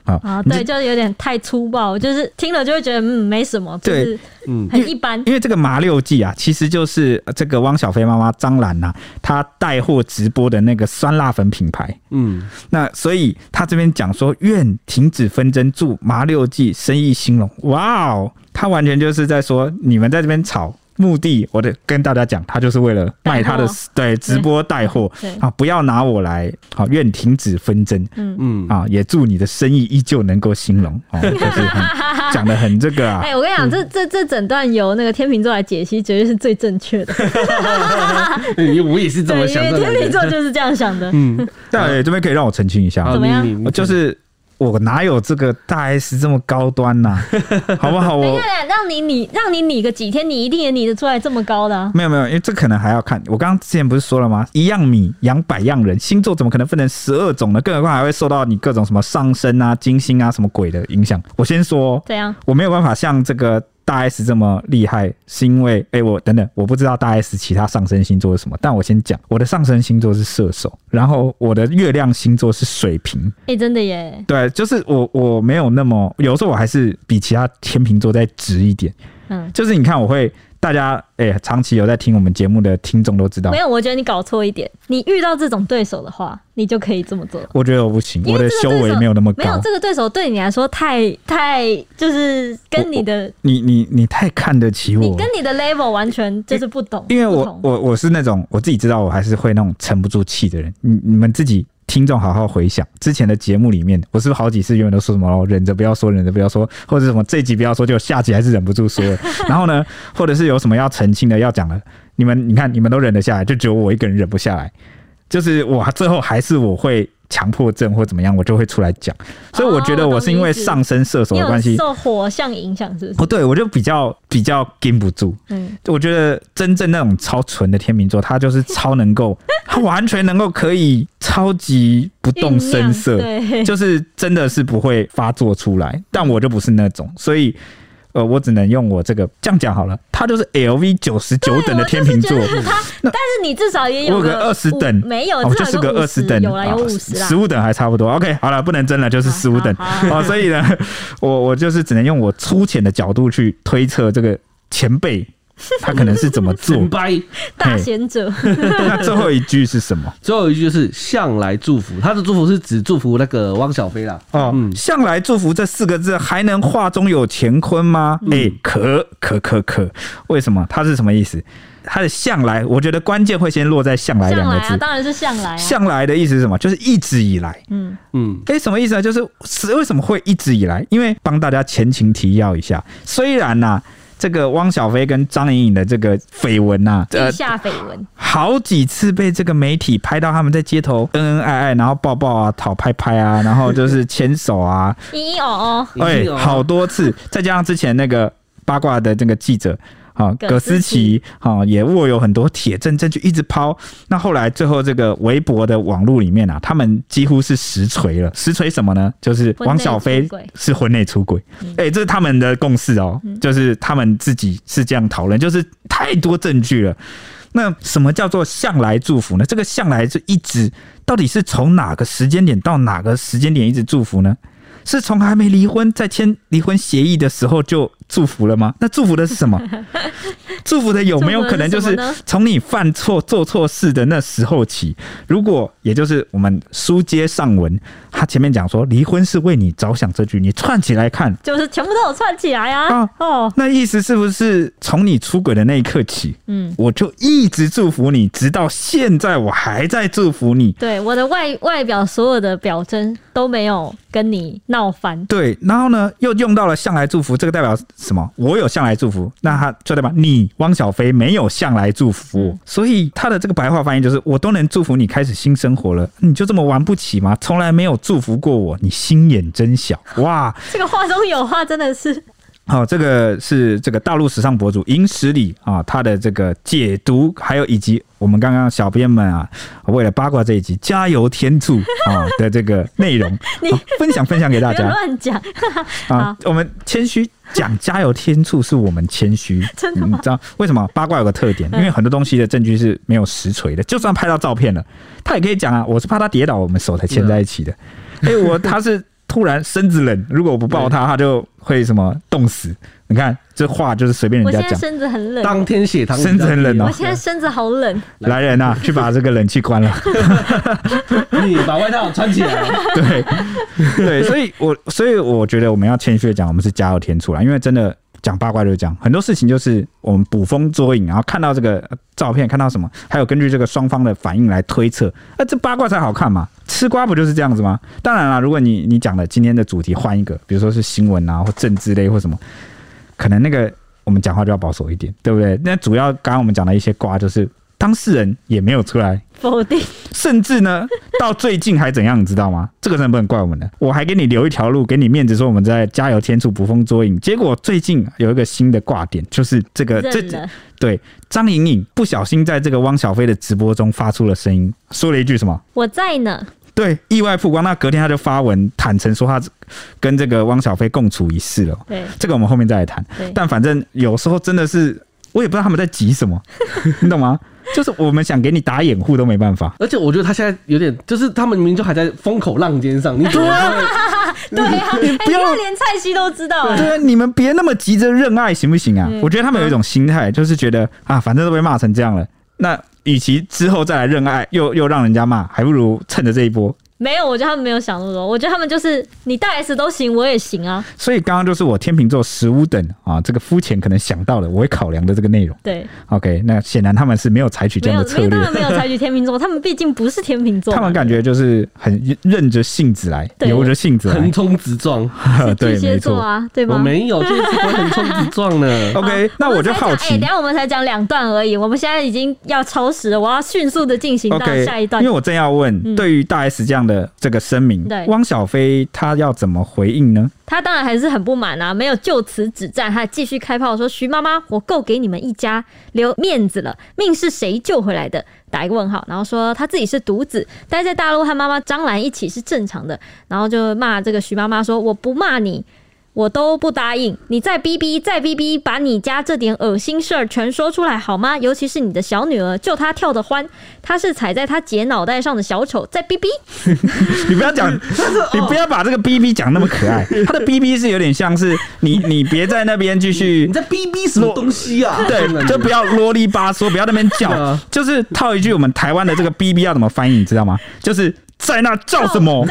D: 啊
B: 啊，对，就是有点太粗暴，就是听了就会觉得嗯没什么，就是
C: 嗯
B: 很一般。
D: 因为这个麻六记啊，其实就是这个汪小菲妈妈张兰呐、啊她带货直播的那个酸辣粉品牌。
C: 嗯，
D: 那所以她这边讲说，愿停止纷争，祝麻六记生意兴隆。哇哦，她完全就是在说你们在这边吵。目的，我得跟大家讲，她就是为了卖她的
B: 带货嗯
D: 对直播带货
B: 对
D: 啊，不要拿我来好，愿停止纷争
B: 嗯，
C: 嗯
D: 啊，也祝你的生意依旧能够兴隆 哦，就是很讲的很这个啊
B: 哎、，我跟你
C: 嗯
B: 讲，这这这整段由那个天秤座来解析，绝对是最正确的。
C: 你我也是这么
B: 对，因
C: 想
B: 为
C: 的。
B: 天秤座就是这样想的。
C: 嗯，
D: 对，这边可以让我澄清一下，
C: 好
B: 怎么样
C: 你你
D: 就是我哪有这个大 S 这么高端呐、好不好？
B: 等一
D: 我
B: 下，等一下让你拟，让你拟个几天，你一定也拟得出来这么高的、
C: 嗯
B: 啊。
D: 没有没有，因为这可能还要看。我刚刚之前不是说了吗？一样米养百样人，星座怎么可能分成十二种呢？更何况还会受到你各种什么上升啊、金星啊、什么鬼的影响。我先说哦，
B: 怎样？
D: 我没有办法像这个大 S 这么厉害，是因为哎、我等等，我不知道大 S 其他上升星座是什么，但我先讲，我的上升星座是射手，然后我的月亮星座是水瓶，
B: 哎、真的耶，
D: 对，就是我我没有那么，有时候我还是比其他天秤座再直一点。
B: 嗯，
D: 就是你看，我会大家哎、长期有在听我们节目的听众都知
C: 嗯
D: 道
B: 没，有，我觉得你搞错一点。你遇到这种对手的话，你就可以这么做。
D: 我觉得我不行，
B: 因
D: 我
B: 为
D: 的
B: 这
D: 修
B: 个对
D: 为
B: 手
D: 没有那么
B: 没有
D: 高。
B: 这个对手对你来说太太就是跟你的
D: 你你你太看得起
B: 你
D: 我
B: 跟，你的 level 完全就是不懂，
D: 因为
B: 不
D: 我
B: 同
D: 我我是那种我自己知道我还是会那种沉不住气的人。你你们自己听众好好回想之前的节目里面，我是不是好几次原本都说什么哦忍着不要说，忍着不要说，或者什么这一集不要说，就下集还是忍不住说 了。然后呢，或者是有什么要澄清的要讲的，你们你看你们都忍得下来，就只有我一个人忍不下来。就是我最后还是我会强迫症或怎么样，我就会出来讲。所以我觉得我是因为上升射手
B: 哦你
D: 的关
B: 有
D: 系，
B: 受火象影响，是不是？
D: 不对，我就比较比较禁不住。
B: 嗯，
D: 我觉得真正那种超纯的天秤座，他就是超能 够，他完全能够可以超级不动声色，
B: 酝酿对，
D: 就是真的是不会发作出来。但我就不是那种，所以呃，我只能用我这个这样讲好了。他就是 LV 九十九等的天秤座，
B: 他，但是你至少也
D: 我
B: 有
D: 有个20
B: 五
D: 等
B: 没有，
D: 哦，就
B: 至少
D: 是
B: 有
D: 个二
B: 50
D: 十等，啊
B: 有啦，有五十啦
D: 十。五等还差不多。OK，好了，不能争了，就是十五等。
B: 好好好
D: 哦，所以呢， 我我就是只能用我粗浅的角度去推测这个前辈他可能是怎么做。
C: 很掰。
B: 大贤者，
D: 那最后一句是什么？
C: 最后一句就是向来祝福，他的祝福是指祝福那个汪小菲啦。
D: 哦，
C: 嗯
D: 向来祝福这四个字还能话中有乾坤吗？哎、可可可可，为什么？它是什么意思？它的向来，我觉得关键会先落在向来
B: 向
D: 两
B: 来
D: 个
B: 啊，
D: 字。
B: 当然是向来啊。
D: 向来的意思是什么？就是一直以来。
B: 嗯，
C: 嗯，
D: 哎，什么意思呢？就是是为什么会一直以来？因为帮大家前情提要一下，虽然呐、这个汪小菲跟张颖颖的这个绯闻啊呐、
B: 地下绯闻，
D: 好几次被这个媒体拍到他们在街头恩恩爱爱，然后抱抱啊、讨拍拍啊，然后就是牵手啊，
B: 咦咦哦哦，
D: 哎、
C: 一定哦
D: 好多次，再加上之前那个八卦的这个记者。啊，
B: 葛
D: 葛
B: 思
D: 思
B: 琪
D: 琪啊，也握有很多铁证证据，一直抛。那后来最后这个微博的网络里面啊，他们几乎是实锤了。实锤什么呢？就是
B: 婚内
D: 王小
B: 出
D: 飞
B: 轨嗯
D: 是婚内出轨。哎、这是他们的共识哦，就是他们自己是这样讨论，就是太多证据了。那什么叫做向来祝福呢？这个向来是一直，到底是从哪个时间点到哪个时间点一直祝福呢？是从还没离婚，在签离婚协议的时候就祝福了吗？那祝福的是什 么？祝福的有没有可能就
B: 祝福
D: 是
B: 的是什么呢
D: 从你犯错、做错事的那时候起？如果也就是我们书接上文，他前面讲说离婚是为你着想这句，你串起来看，
B: 就是全部都有串起来啊
D: 啊。
B: 哦，
D: 那意思是不是从你出轨的那一刻起，
B: 嗯，
D: 我就一直祝福你，直到现在我还在祝福你？
B: 对，我的外外表所有的表征都没有跟你闹翻，
D: 对，然后呢，又用到了向来祝福，这个代表什么？我有向来祝福，那他就代表你汪小菲没有向来祝福我，所以他的这个白话翻译就是：我都能祝福你开始新生活了，你就这么玩不起吗？从来没有祝福过我，你心眼真小哇！
B: 这个话中有话，真的是
D: 好、这个是这个大陆时尚博主银十里啊，他的这个解读，还有以及我们刚刚小编们啊，为了八卦这一集加油添醋啊的这个内容，
B: 你
D: 啊分享分享给大
B: 不 要
D: 家
B: 乱讲。
D: 啊。我们谦虚讲加油添醋是我们谦虚，
B: 真的嗯
D: 你知道为什么八卦有个特点？因为很多东西的证据是没有实锤的，就算
B: 嗯
D: 拍到照片了，他也可以讲啊，我是怕他跌倒，我们手才牵在一起的。哎、我他是。突然身子冷，如果我不抱他，他就会什么冻死。你看这话就是随便人
B: 我
D: 家
B: 现在
D: 讲，
B: 身子很冷，
C: 当天血糖
D: 甚至很冷哦
B: 我现在身子好冷，
D: 来人呐、啊去把这个冷气关了。
C: 你把外套穿起来。
D: 对对，所以我所以我觉得我们要谦虚的讲，我们是加油添醋啦，因为真的讲八卦就是这样，很多事情就是我们捕风捉影，然后看到这个呃照片，看到什么，还有根据这个双方的反应来推测，那、这八卦才好看嘛。吃瓜不就是这样子吗？当然啦，如果你你讲的今天的主题换一个，比如说是新闻啊或政治类或什么，可能那个我们讲话就要保守一点，对不对？那主要刚刚我们讲的一些瓜就是。当事人也没有出来
B: 否定
D: 甚至呢，到最近还怎样，你知道吗？这个真的不能怪我们的，我还给你留一条路，给你面子，说我们在加油添醋、捕风捉影。结果最近啊有一个新的挂点，就是这个这
B: 认了，
D: 对张颖颖不小心在这个汪小菲的直播中发出了声音，说了一句什么？
B: 我在呢，
D: 对，意外曝光。那隔天他就发文坦诚说他跟这个汪小菲共处一室了。
B: 对
D: 这个我们后面再来谈
B: 对。
D: 但反正有时候真的是，我也不知道他们在急什么， 你懂吗？就是我们想给你打掩护都没办法。
C: 而且我觉得他现在有点，就是他们明明就还在风口浪尖上，你怎么会？
B: 对啊，哎，你
D: 不要
B: 看连蔡西都知道，哎
D: 对啊，你们别那么急着认爱，行不行啊？
B: 嗯
D: 我觉得他们有一种心态，就是觉得啊，反正都被骂成这样了，那与其之后再来认爱，又又让人家骂，还不如趁着这一波。
B: 没有，我觉得他们没有想那么多，我觉得他们就是你大 S 都行，我也行啊，
D: 所以刚刚就是我天秤座十五等啊，这个肤浅可能想到了，我会考量的这个内容。
B: 对，
D: OK，那显然他们是没有采取这
B: 没
D: 样
B: 有
D: 的，
B: 没
D: 策
B: 有，当
D: 略
B: 然，没有采取天 秤座，他们毕竟不是天秤座嘛，
D: 他们感觉就是很任着性子来，
B: 对
D: 由着性子
C: 横
D: 来，
C: 冲直撞，
B: 是巨
D: 对，
B: 蟹
D: 没
B: 座
D: 错。
B: 啊，对
C: 我
B: 吗？
C: 没有，就是横冲直撞呢。
D: OK，那我就好
B: 哎、
D: 奇
B: 等一。下我们才讲两段而已，我们现在已经要超时了，我要迅速的进行到
D: OK，
B: 下一段。
D: 因为我正要问，
B: 嗯
D: 对于大 S 这样的这个声明
B: 对，
D: 汪小菲他要怎么回应呢？
B: 他当然还是很不满啊，没有就此止战，他还继续开炮说：“徐妈妈，我够给你们一家留面子了，命是谁救回来的？”打一个问号，然后说他自己是独子，待在大陆和妈妈张兰一起是正常的，然后就骂这个徐妈妈说：“我不骂你。”我都不答应，你再逼逼， 再逼逼，把你家这点恶心事儿全说出来好吗？尤其是你的小女儿，就她跳得欢，她是踩在她姐脑袋上的小丑，再逼逼。
D: 你不要讲，
C: 哦
D: 你不要把这个 BB 讲那么可 爱，他的 BB 是有点像是你，你别在那边继续
C: 你。在逼逼什么东西啊？
D: 对，就不要啰里吧嗦，不要那边
C: 对
D: 叫
C: 啊，
D: 就是套一句我们台湾的 这个 “bb” 要怎么翻译，你知道吗？就是在那叫什么，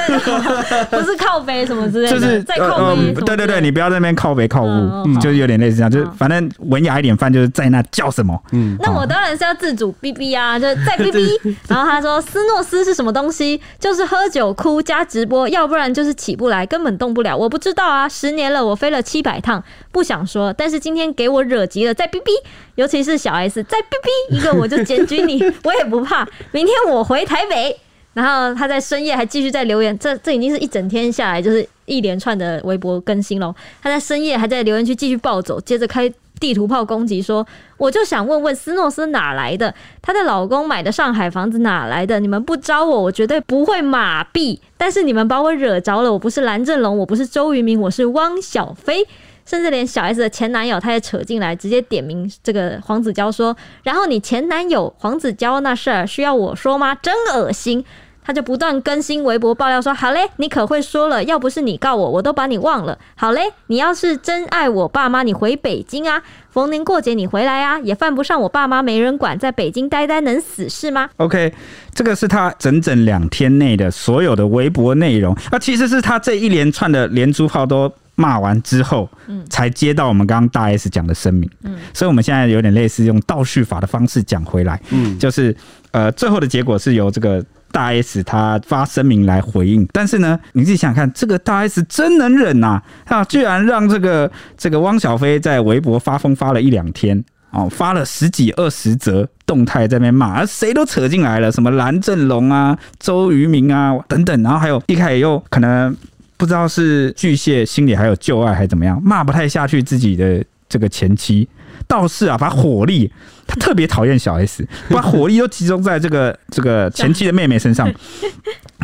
B: 不是靠背什么之类的，
D: 就是呃嗯
B: 在靠背、
D: 对对对，你不要在那边靠北靠
B: 嗯
D: 屋
B: 嗯，
D: 就是有点类似这样，就是
B: 嗯
D: 反正文雅一点翻，就是在那叫什么，
C: 嗯，
B: 那我当然是要自主逼逼啊，就再逼逼。然后他说斯诺斯是什么东西？就是喝酒哭加直播，要不然就是起不来，根本动不了。我不知道啊，十年了，我飞了七百趟，不想说。但是今天给我惹急了，再逼逼，尤其是小 S 再逼逼一个，我就检举你，我也不怕。明天我回台北。然后他在深夜还继续在留言，这这已经是一整天下来就是一连串的微博更新喽。他在深夜还在留言区继续暴走，接着开地图炮攻击说：“我就想问问斯诺斯哪来的？她的老公买的上海房子哪来的？你们不招我，我绝对不会马币。但是你们把我惹着了，我不是蓝正龙，我不是周渝民，我是汪小菲。”甚至连小 S 的前男友，他也扯进来，直接点名这个黄子佼说：“然后你前男友黄子佼那事儿需要我说吗？真恶心！”他就不断更新微博爆料说：“好嘞，你可会说了，要不是你告我，我都把你忘了。好嘞，你要是真爱我爸妈，你回北京啊，逢年过节你回来啊，也犯不上我爸妈没人管，在北京呆呆能死是吗？
D: OK，这个是他整整两天内的所有的微博内容，那其实是他这一连串的连珠炮都骂完之后，才接到我们刚刚大 S 讲的声明，所以我们现在有点类似用倒叙法的方式讲回来，
C: 嗯
D: 就是呃，最后的结果是由这个。大 S 他发声明来回应，但是呢，你自己想想看，这个大 S 真能忍呐、啊！居然让这个这个汪小菲在微博发疯发了一两天，哦，发了十几二十则动态在那边骂，而谁都扯进来了，什么蓝正龙啊、周渝民啊等等，然后还有一开始又可能不知道是巨蟹心里还有旧爱还怎么样，骂不太下去自己的这个前妻，倒是啊把火力。他特别讨厌小 S，把 火力都集中在这个这个前妻的妹妹身上，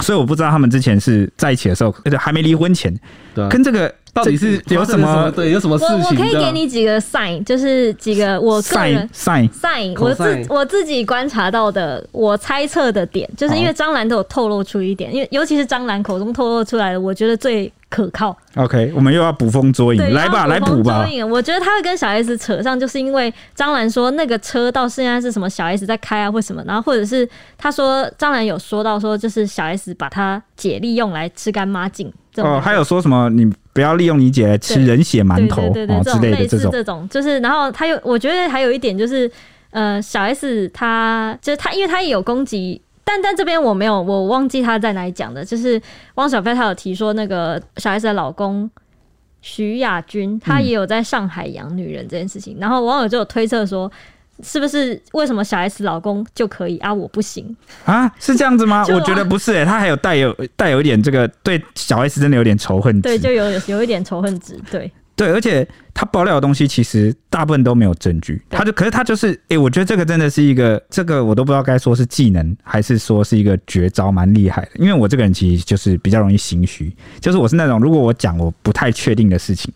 D: 所以我不知道他们之前是在一起的时候，呃还没离婚前，
C: 对啊
D: 跟这个
C: 到底是
D: 这有
C: 发生
D: 什
C: 了什
D: 么
C: 对有什么哦事
B: 我我
C: 情？
B: 可以
C: 对吧
B: 给你几个 sign，就是几个我个
D: sign
B: 人
D: sign
B: sign，我自
C: Cosine
B: 我自己观察到的，我猜测的点，就是因为张兰都有透露出一点，因为尤其是张兰口中透露出来的，我觉得最可靠。
D: OK，我们又要捕风捉影，
B: 对，
D: 来吧，来
B: 然后捕
D: 捕
B: 风
D: 吧哦
B: 捉。影我觉得他会跟小 S 扯上，就是因为张兰说那个车到现在是什么小 S 在开啊，或什么，然后或者是他说张兰有说到说，就是小 S 把她姐利用来吃干抹净这种
D: 哦，
B: 感觉。
D: 还有说什么你不要利用你姐来吃
B: 对
D: 人血馒
B: 对
D: 头
B: 对对对，
D: 哦之
B: 这种
D: 类的
B: 类
D: 这
B: 似
D: 种，
B: 这种，就是然后他有，我觉得还有一点就是，呃，小 S 他就是他，因为他也有攻击。但但这边我没有，我忘记他在哪里讲的，就是汪小菲他有提说那个小 S 的老公徐亚军，他也有在上海养女人这件事情，然后网友就有推测说，是不是为什么小 S 老公就可以啊，我不行？
D: 啊，是这样子吗？
B: 就
D: 我觉得不是、欸，他还有带有带有一点这个对小 S 真的有点仇恨
B: 对，
D: 值，
B: 就有有有一点仇恨值，对，
D: 对，而且他爆料的东西其实大部分都没有证据，
B: 对
D: 他就可是他就是，诶，我觉得这个真的是一个，这个我都不知道该说是技能还是说是一个绝招，蛮厉害的。因为我这个人其实就是比较容易心虚，就是我是那种如果我讲我不太确定的事情，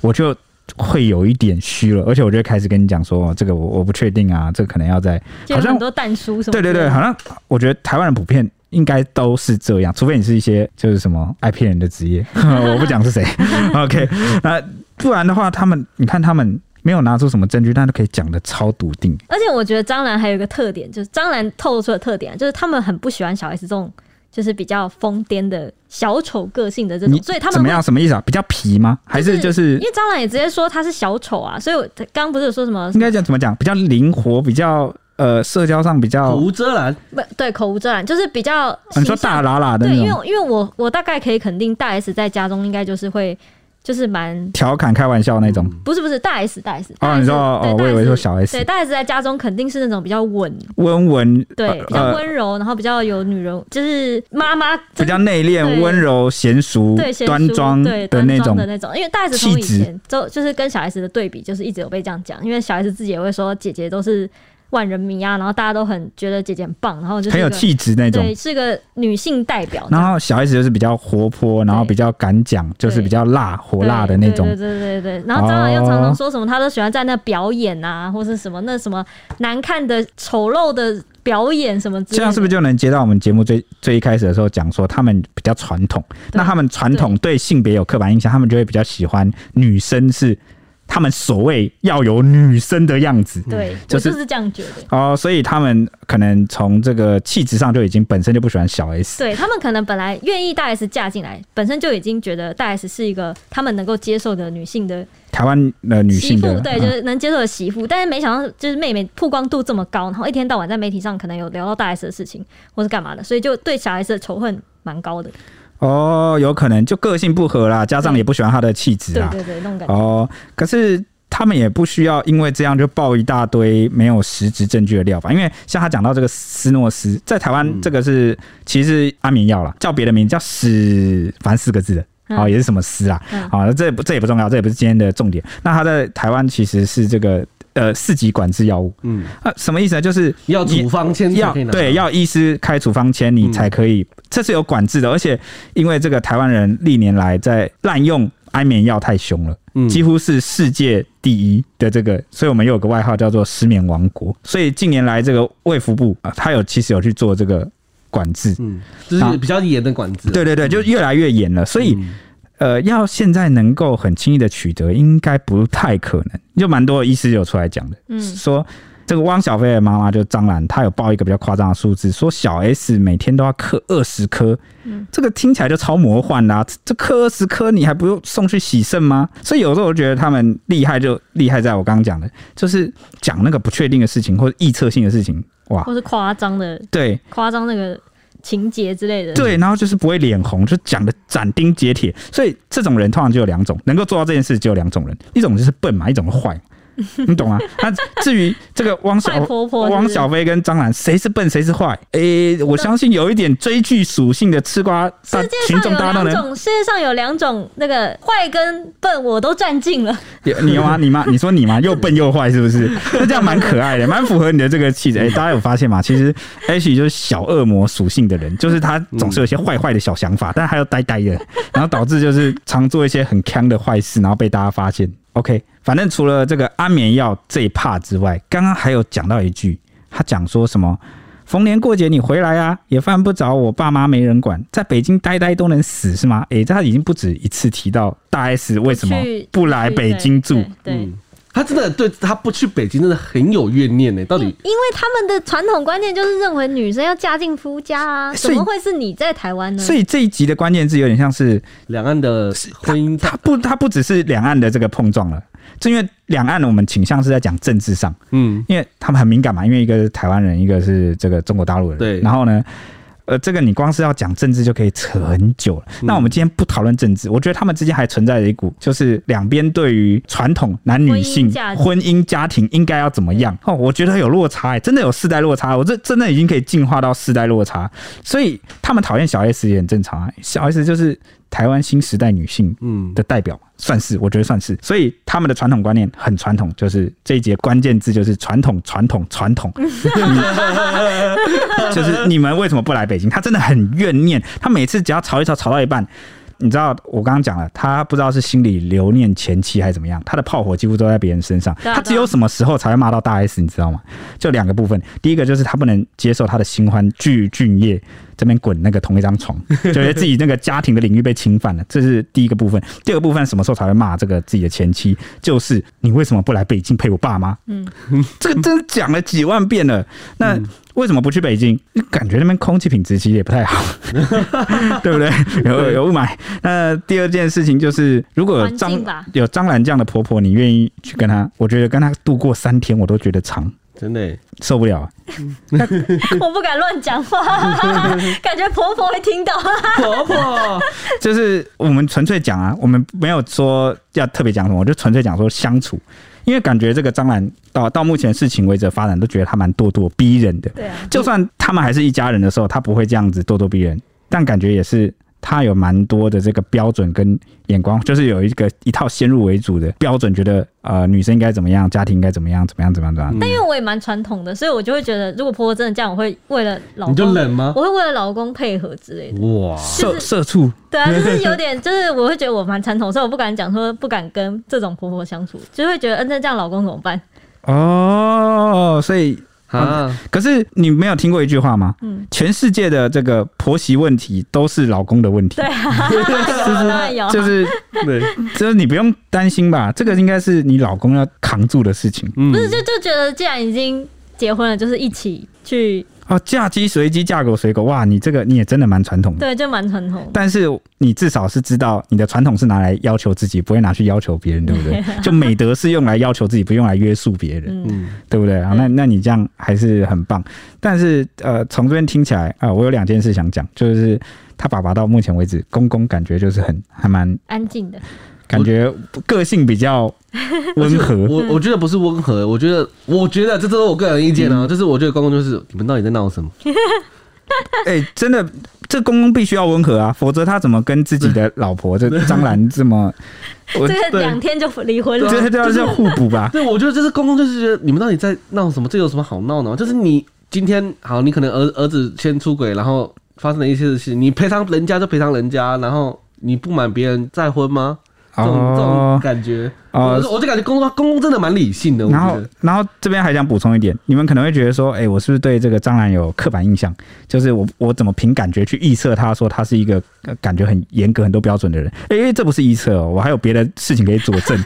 D: 我就。会有一点虚了，而且我就会开始跟你讲说，哦这个我我不确定啊，这个可能要在
B: 就有
D: 好像
B: 很多蛋叔什么之
D: 对
B: 类的，
D: 对对，好像我觉得台湾人普遍应该都是这样，除非你是一些就是什么爱骗人的职业， 我不讲是 谁。OK，那不然的话，他们你看他们没有拿出什么证据，但都可以讲的超笃定。
B: 而且我觉得张兰还有一个特点，就是张兰透露出的特点啊，就是他们很不喜欢小 S 这种就是比较疯癫的小丑个性的这
D: 你
B: 种，所以他
D: 怎
B: 们
D: 么
B: 会
D: 样？什么意思啊？比较皮吗？还是就是
B: 因为张兰也直接说他是小丑啊，所以我刚刚不是有说什么
D: 应该讲怎么讲？比较灵活，比较呃社交上比较，
C: 胡遮拦，
B: 不对口无遮拦，就是比较、
D: 啊你说大喇喇的那
B: 对，因为
D: 种
B: 我因为我我大概可以肯定大 S 在家中应该就是会就是蛮
D: 调侃开玩笑那种。
B: 不是不是大 S 大 S 大
D: 哦
B: S
D: 你说哦
B: 对
D: 哦
B: 大
D: 我以为说小 S
B: 对大 S 在家中肯定是那种比较稳
D: 温文，
B: 对比较
D: 呃
B: 温柔，然后比较有女人就是妈妈
D: 比较内敛、
B: 对
D: 温柔、娴熟
B: 对、贤淑
D: 端庄
B: 对
D: 的
B: 端
D: 那
B: 庄
D: 种
B: 的那种，因为大 S 从以
D: 气质
B: 前就就是跟小 S 的对比，就是一直有被这样讲，因为小 S 自己也会说姐姐都是万人迷啊，然后大家都很觉得姐姐很棒，然后就是
D: 很
B: 一
D: 有
B: 个
D: 气质那种
B: 对，。是个女性代表这
D: 然
B: 样，
D: 后小 S 就是比较活泼，然后比较敢讲，就是比较辣火
B: 对
D: 辣的那种哦
B: 对。对对对对。然后张兰又常常说什么，她都喜欢在那表演啊，或是什么那什么难看的丑陋的表演什么之类的，
D: 这样是不是就能接到我们节目最最一开始的时候讲说他们比较传统？
B: 对
D: 那他们传统对性别有刻板印象，他们就会比较喜欢女生是他们所谓要有女生的样子。
B: 对，
D: 就
B: 我
D: 是
B: 就是这样觉得。
D: 哦，所以他们可能从这个气质上就已经本身就不喜欢小 S。
B: 对他们可能本来愿意大 S 嫁进来，本身就已经觉得大 S 是一个他们能够接受的女性的
D: 台湾的女
B: 媳
D: 性
B: 妇
D: 的，，
B: 对，
D: 嗯
B: 就是能接受的媳妇。但是没想到，就是妹妹曝光度这么高，然后一天到晚在媒体上可能有聊到大 S 的事情，或是干嘛的，所以就对小 S 的仇恨蛮高的。
D: 哦，有可能就个性不合啦，加上也不喜欢她的气质啊
B: 对
D: 啦。
B: 对对，那种感觉。
D: 哦，可是他们也不需要因为这样就爆一大堆没有实质证据的料吧？因为像他讲到这个斯诺斯，在台
C: 嗯
D: 湾这个是、其实是安眠药啦，叫别的名字叫史，反正四个字的。
B: 嗯
D: 哦，也是什么斯啦，
B: 嗯
D: 好、这也不这也不重要，这也不是今天的重点。那它在台湾其实是这个呃四级管制药物，
C: 嗯，
D: 那、什么意思呢？就是
C: 要
D: 你
C: 处方签才
D: 要
C: 可以拿，
D: 对，要医师开处方签，你
C: 嗯
D: 才可以，这是有管制的。而且因为这个台湾人历年来在滥用安眠药太凶了，
C: 嗯
D: 几乎是世界第一的这个，所以我们又有个外号叫做“失眠王国”。所以近年来，这个卫福部啊，他有其实有去做这个管制，
C: 嗯，就是啊比较严的管制，
D: 对对对，就越来越严了。所以
C: 嗯，
D: 呃，要现在能够很轻易的取得，应该不太可能。就蛮多的医师有出来讲的，
B: 嗯
D: 说这个汪小菲的妈妈就张兰，她有报一个比较夸张的数字，说小 S 每天都要嗑二十颗，
B: 嗯
D: 这个听起来就超魔幻啦、这这嗑二十颗，你还不用送去洗肾吗？所以有时候我觉得他们厉害就厉害在我刚刚讲的，就是讲那个不确定的事情或者臆测性的事情，哇，
B: 或是夸张的
D: 对，
B: 夸张那个情节之类的。
D: 对，然后就是不会脸红，就讲的斩钉截铁。所以这种人通常就有两种，能够做到这件事只有两种人，一种就是笨嘛，一种是 坏嘛，你懂吗？那至于这个汪
B: 坏
D: 小
B: 婆婆是不是
D: 汪小菲跟张兰，谁是笨谁是坏？诶、我相信有一点追剧属性的吃瓜大
B: 世界
D: 群众大
B: 上有
D: 众
B: 两
D: 人，
B: 种，世界上有两种那个坏跟笨，我都占尽了。
D: 有你吗？你吗？你说你吗？又笨又坏是不是？那这样蛮可爱的，蛮符合你的这个气质。诶、哎大家有发现吗？其实 H 就是小恶魔属性的人，就是他总是有一些坏坏的小想法，但他又呆呆的，然后导致就是常做一些很坑的坏事，然后被大家发现。OK，反正除了这个安眠药这一趴之外，刚刚还有讲到一句，他讲说什么？逢年过节你回来啊，也犯不着我爸妈没人管，在北京呆呆都能死是吗？诶、他已经不止一次提到大 S 为什么
B: 去
D: 不来北京住，
B: 对对对
C: 嗯，他真的对他不去北京真的很有怨念呢。到底
B: 因为他们的传统观念就是认为女生要嫁进夫家啊，
D: 哎所
B: 怎
D: 以
B: 么会是你在台湾呢？
D: 所以这一集的关键字有点像是
C: 两岸的婚姻
D: 它不，它不只是两岸的这个碰撞了，正因为两岸我们倾向是在讲政治上，
C: 嗯，
D: 因为他们很敏感嘛，因为一个是台湾人，一个是这个中国大陆人，
C: 对
D: 然后呢？呃，这个你光是要讲政治就可以扯很久了。
C: 嗯
D: 那我们今天不讨论政治，我觉得他们之间还存在着一股，就是两边对于传统男女性
B: 婚姻价值
D: 婚姻家庭应该要怎么样哦，我觉得有落差、欸，真的有世代落差，我这真的已经可以进化到世代落差。所以他们讨厌小 S 也很正常啊，小 S 就是台湾新时代女性
C: 嗯
D: 的代表嘛，算是，我觉得算是。所以他们的传统观念很传统，就是这一节关键字就是传统，传统，传统。你就是你们为什么不来北京？他真的很怨念，他每次只要吵一吵，吵到一半。你知道我刚刚讲了，他不知道是心里留念前妻还是怎么样，他的炮火几乎都在别人身上。
B: 对啊
D: 他只有什么时候才会骂到大 S，你知道吗？就两个部分，第一个就是他不能接受他的新欢具俊晔这边滚那个同一张 床，觉得自己那个家庭的领域被侵犯了，这是第一个部分。第二个部分什么时候才会骂这个自己的前妻？就是你为什么不来北京陪我爸妈？
B: 嗯，
D: 这个真的讲了几万遍了，那为什么不去北京？感觉那边空气品质其实也不太好，对不对？有有雾霾。那第二件事情就是，如果有
B: 环
D: 张
B: 境吧
D: 有张兰这样的婆婆，你愿意去跟她？我觉得跟她度过三天，我都觉得长。
C: 真的欸
D: 受不了、啊，
B: 我不敢乱讲话，感觉婆婆会听到。
C: 婆婆
D: 就是我们纯粹讲啊，我们没有说要特别讲什么，我就纯粹讲说相处，因为感觉这个张兰到到目前事情为止的发展，都觉得她蛮咄咄逼人的。
B: 对啊，
D: 就算他们还是一家人的时候，他不会这样子咄咄逼人，但感觉也是他有蛮多的这个标准跟眼光，就是有一个一套先入为主的标准，觉得呃女生应该怎么样，家庭应该怎么样，怎么样怎么样怎么样。
B: 但因为我也蛮传统的，所以我就会觉得，如果婆婆真的这样，我会为了老公，
C: 你就冷吗？
B: 我会为了老公配合之类的。
C: 哇，
D: 社社畜，
B: 对啊，就是有点，就是我会觉得我蛮传统，所以我不敢讲说不敢跟这种婆婆相处，就会觉得，嗯、那这样老公怎么 办？
D: 哦，所以
C: 啊，
D: 可是你没有听过一句话吗？
B: 嗯，
D: 全世界的这个婆媳问题都是老公的问题
B: 对，啊，有 啊当然有啊，
D: 就是
C: 对，
D: 就是你不用担心吧，这个应该是你老公要扛住的事情。
C: 嗯
B: 不是就就觉得既然已经结婚了，就是一起去，
D: 哦，嫁鸡随鸡，嫁狗随狗，哇，你这个你也真的蛮传统的。
B: 对，就蛮传统的。
D: 但是你至少是知道你的传统是拿来要求自己，不会拿去要求别人，对不 对？就美德是用来要求自己，不用来约束别人，
B: 嗯，
C: 嗯，
D: 对不对啊？那那你这样还是很棒。但是呃，从这边听起来啊、我有两件事想讲，就是他爸爸到目前为止，公公感觉就是很还蛮
B: 安静的，
D: 感觉个性比较温和。
C: 我我 觉得不是温和，我觉得我觉得这都是我个人意见
D: 嗯
C: 啊，就是我觉得公公就是你们到底在闹什么？
D: 哎、真的，这公公必须要温和啊，否则他怎么跟自己的老婆这张兰这么？我
B: 这个两天就离婚
C: 啊
B: 了，
D: 这这要互补吧？
C: 对，我觉得这是公公就是觉得你们到底在闹什么？这有什么好闹呢？就是你今天好，你可能儿儿子先出轨，然后发生了一些事情，你赔偿人家就赔偿人家，然后你不满别人再婚吗？ 这种、这种
D: 哦，
C: 感觉，
D: 哦
C: 我我就感觉公公公公真的蛮理性的，我
D: 然
C: 觉
D: 后
C: 得，
D: 然后这边还想补充一点，你们可能会觉得说，哎、我是不是对这个张兰有刻板印象？就是我我怎么凭感觉去预测他说他是一个、呃感觉很严格、很多标准的人？哎、这不是预测哦，我还有别的事情可以佐证。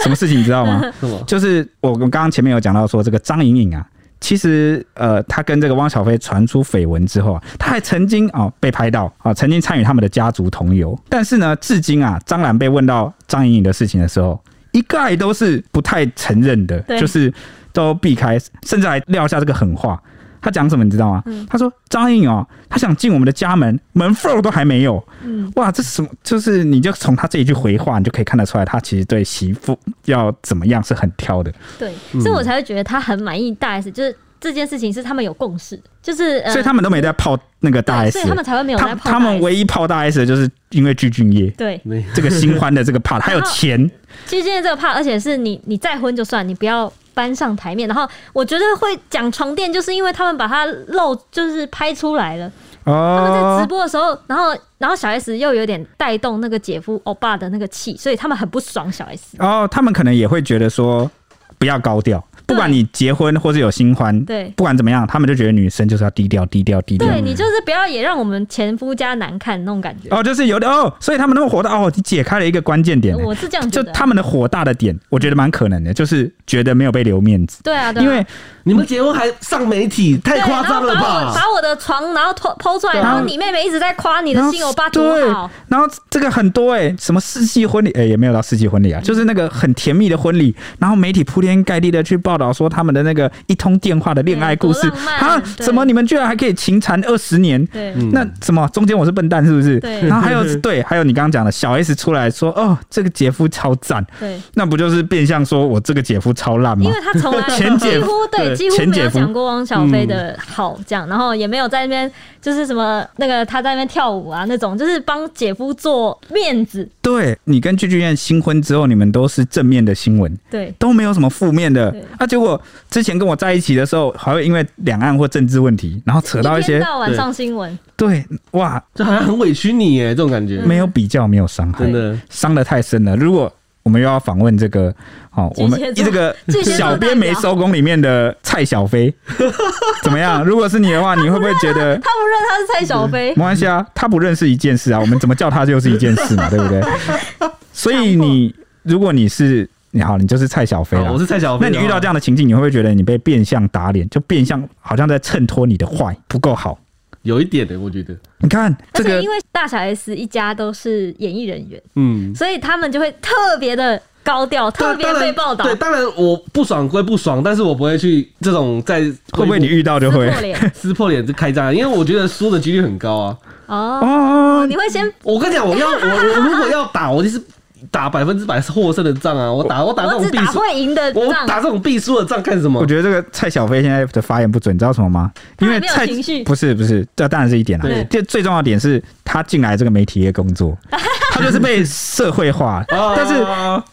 D: 什么事情你知道吗？
C: 是吗？
D: 就是我我刚刚前面有讲到说，这个张颖颖啊，其实呃，她跟这个汪小菲传出绯闻之后啊，她还曾经啊、哦被拍到啊、曾经参与他们的家族同游。但是呢，至今啊，张兰被问到张颖颖的事情的时候，一概都是不太承认的，
B: 对
D: 就是都避开，甚至还撂下这个狠话。他讲什么你知道吗？
B: 嗯
D: 他说张颖哦，他想进我们的家门，门缝儿都还没有。
B: 嗯，
D: 哇，这是什么？就是你就从他这一句回话，你就可以看得出来，他其实对媳妇要怎么样是很挑的。
B: 对，
D: 嗯
B: 所以我才会觉得他很满意大 S，就是这件事情是他们有共识，就是呃
D: 所以他们都没在泡那个大
B: 对
D: S，
B: 所以他们才会没有
D: 他
B: 在泡
D: 他们
B: S
D: 唯一泡大 S 的就是因为具俊晔
B: 对，
C: 没
D: 这个新欢的 这个 part，还有钱，
B: 其实今天这个怕，而且是你你再婚就算，你不要搬上台面。然后我觉得会讲床垫，就是因为他们把它露，就是拍出来了。他们在直
D: 哦，
B: 播的时候，然后然后小 S 又有点带动那个姐夫欧巴的那个气，所以他们很不爽小 S。
D: 哦，他们可能也会觉得说不要高调，不管你结婚或是有新欢，
B: 对
D: 不管怎么样，他们就觉得女生就是要低调、低调、低调。
B: 对你就是不要也让我们前夫家难看那种感觉。
D: 哦，就是有点哦，所以他们那么火大哦，你解开了一个关键点，
B: 我是这样
D: 就
B: 觉得。
D: 他们的火大的点，我觉得蛮可能的，就是觉得没有被留面子，
B: 对啊，对啊
D: 因为
C: 你们结婚还上媒体，太
B: 对，
C: 夸张了
B: 然后哎把我
C: 吧？
B: 把我的床然后偷剖出来，
D: 对啊
B: 然后你妹妹一直在夸你的
D: 然后
B: 新欧巴
D: 对
B: 多好，，
D: 然后这个很多哎、什么世纪婚礼哎、也没有到世纪婚礼
B: 嗯
D: 啊，就是那个很甜蜜的婚礼，然后媒体铺天盖地的去报道说他们的那个一通电话的恋爱故事
B: 对多浪漫
D: 啊，
B: 对
D: 怎么你们居然还可以情缠二十年？
B: 对，
C: 嗯
D: 那什么中间我是笨蛋是不是？
B: 对
D: 然后还有对，还有你刚刚讲的小 S 出来说哦，这个姐夫超赞，
B: 对，
D: 那不就是变相说我这个姐夫超烂吗
B: 因为？他从来
D: 前姐
B: 几乎对
D: 对
B: 几乎
D: 前
B: 没
D: 姐
B: 有
D: 夫
B: 讲过汪小菲的好这样，然后也没有在那边就是什么那个他在那边跳舞啊那种，就是帮姐夫做面子，
D: 对你跟剧剧院新婚之后，你们都是正面的新闻，
B: 对
D: 都没有什么负面的
B: 对。
D: 啊，结果之前跟我在一起的时候，还会因为两岸或政治问题，然后扯到一
B: 天
D: 些
B: 到晚上新闻，
D: 对哇，
C: 这好像很委屈你耶，这种感觉，
D: 没有比较，没有伤害
C: 真，
B: 嗯
C: 的。
D: 伤的太深了。如果我们又要访问这个，哦，
B: 巨蟹座
D: 我们这个
B: 巨蟹座
D: 小编
B: 代
D: 没
B: 表
D: 收工里面的蔡小飞 怎么样？如果是你的话，你会不会觉得
B: 他不认他是蔡小菲
D: 没，关系啊？他不认识一件事啊，我们怎么叫他就是一件事嘛，对不对？所以你如果你是你好，你就是蔡小飞
C: 好
D: 了
C: 我。是蔡小
D: 哎那
C: 飞的啊。
D: 你遇到这样的情境，你会不会觉得你被变相打脸？就变相好像在衬托你的坏不够好？
C: 有一点的，我觉得，
D: 你看这
B: 而且
D: 个
B: 因为大小 S 一家都是演艺人员，
C: 嗯，
B: 所以他们就会特别的高调，特别
C: 当然
B: 被报道，
C: 对，当然我不爽归不爽，但是我不会去这种在
D: 会不会你遇到就
B: 撕破
D: 会
B: 脸
C: 撕破脸就开战，因为我觉得输的几率很高啊。
B: 哦。
D: 哦
B: 你？会先
C: 我跟你讲，我 要我我如果要打，我就是打百分之百获胜的仗啊！我 打我打这
B: 我
C: 种
B: 只
C: 必
B: 打
C: 输，
B: 会赢的
C: 我
B: 仗，
C: 打这种必输的仗干什么
D: 我？觉得这个蔡小飞现在的发言不准，你知道什么吗？因为
B: 他还
D: 蔡
B: 没有情绪
D: 不是不是，这当然是一点啦
C: 对。
D: 这最重要的点是他进来这个媒体业工 作，他就是被社会化。
B: 哦
C: 啊
D: 但是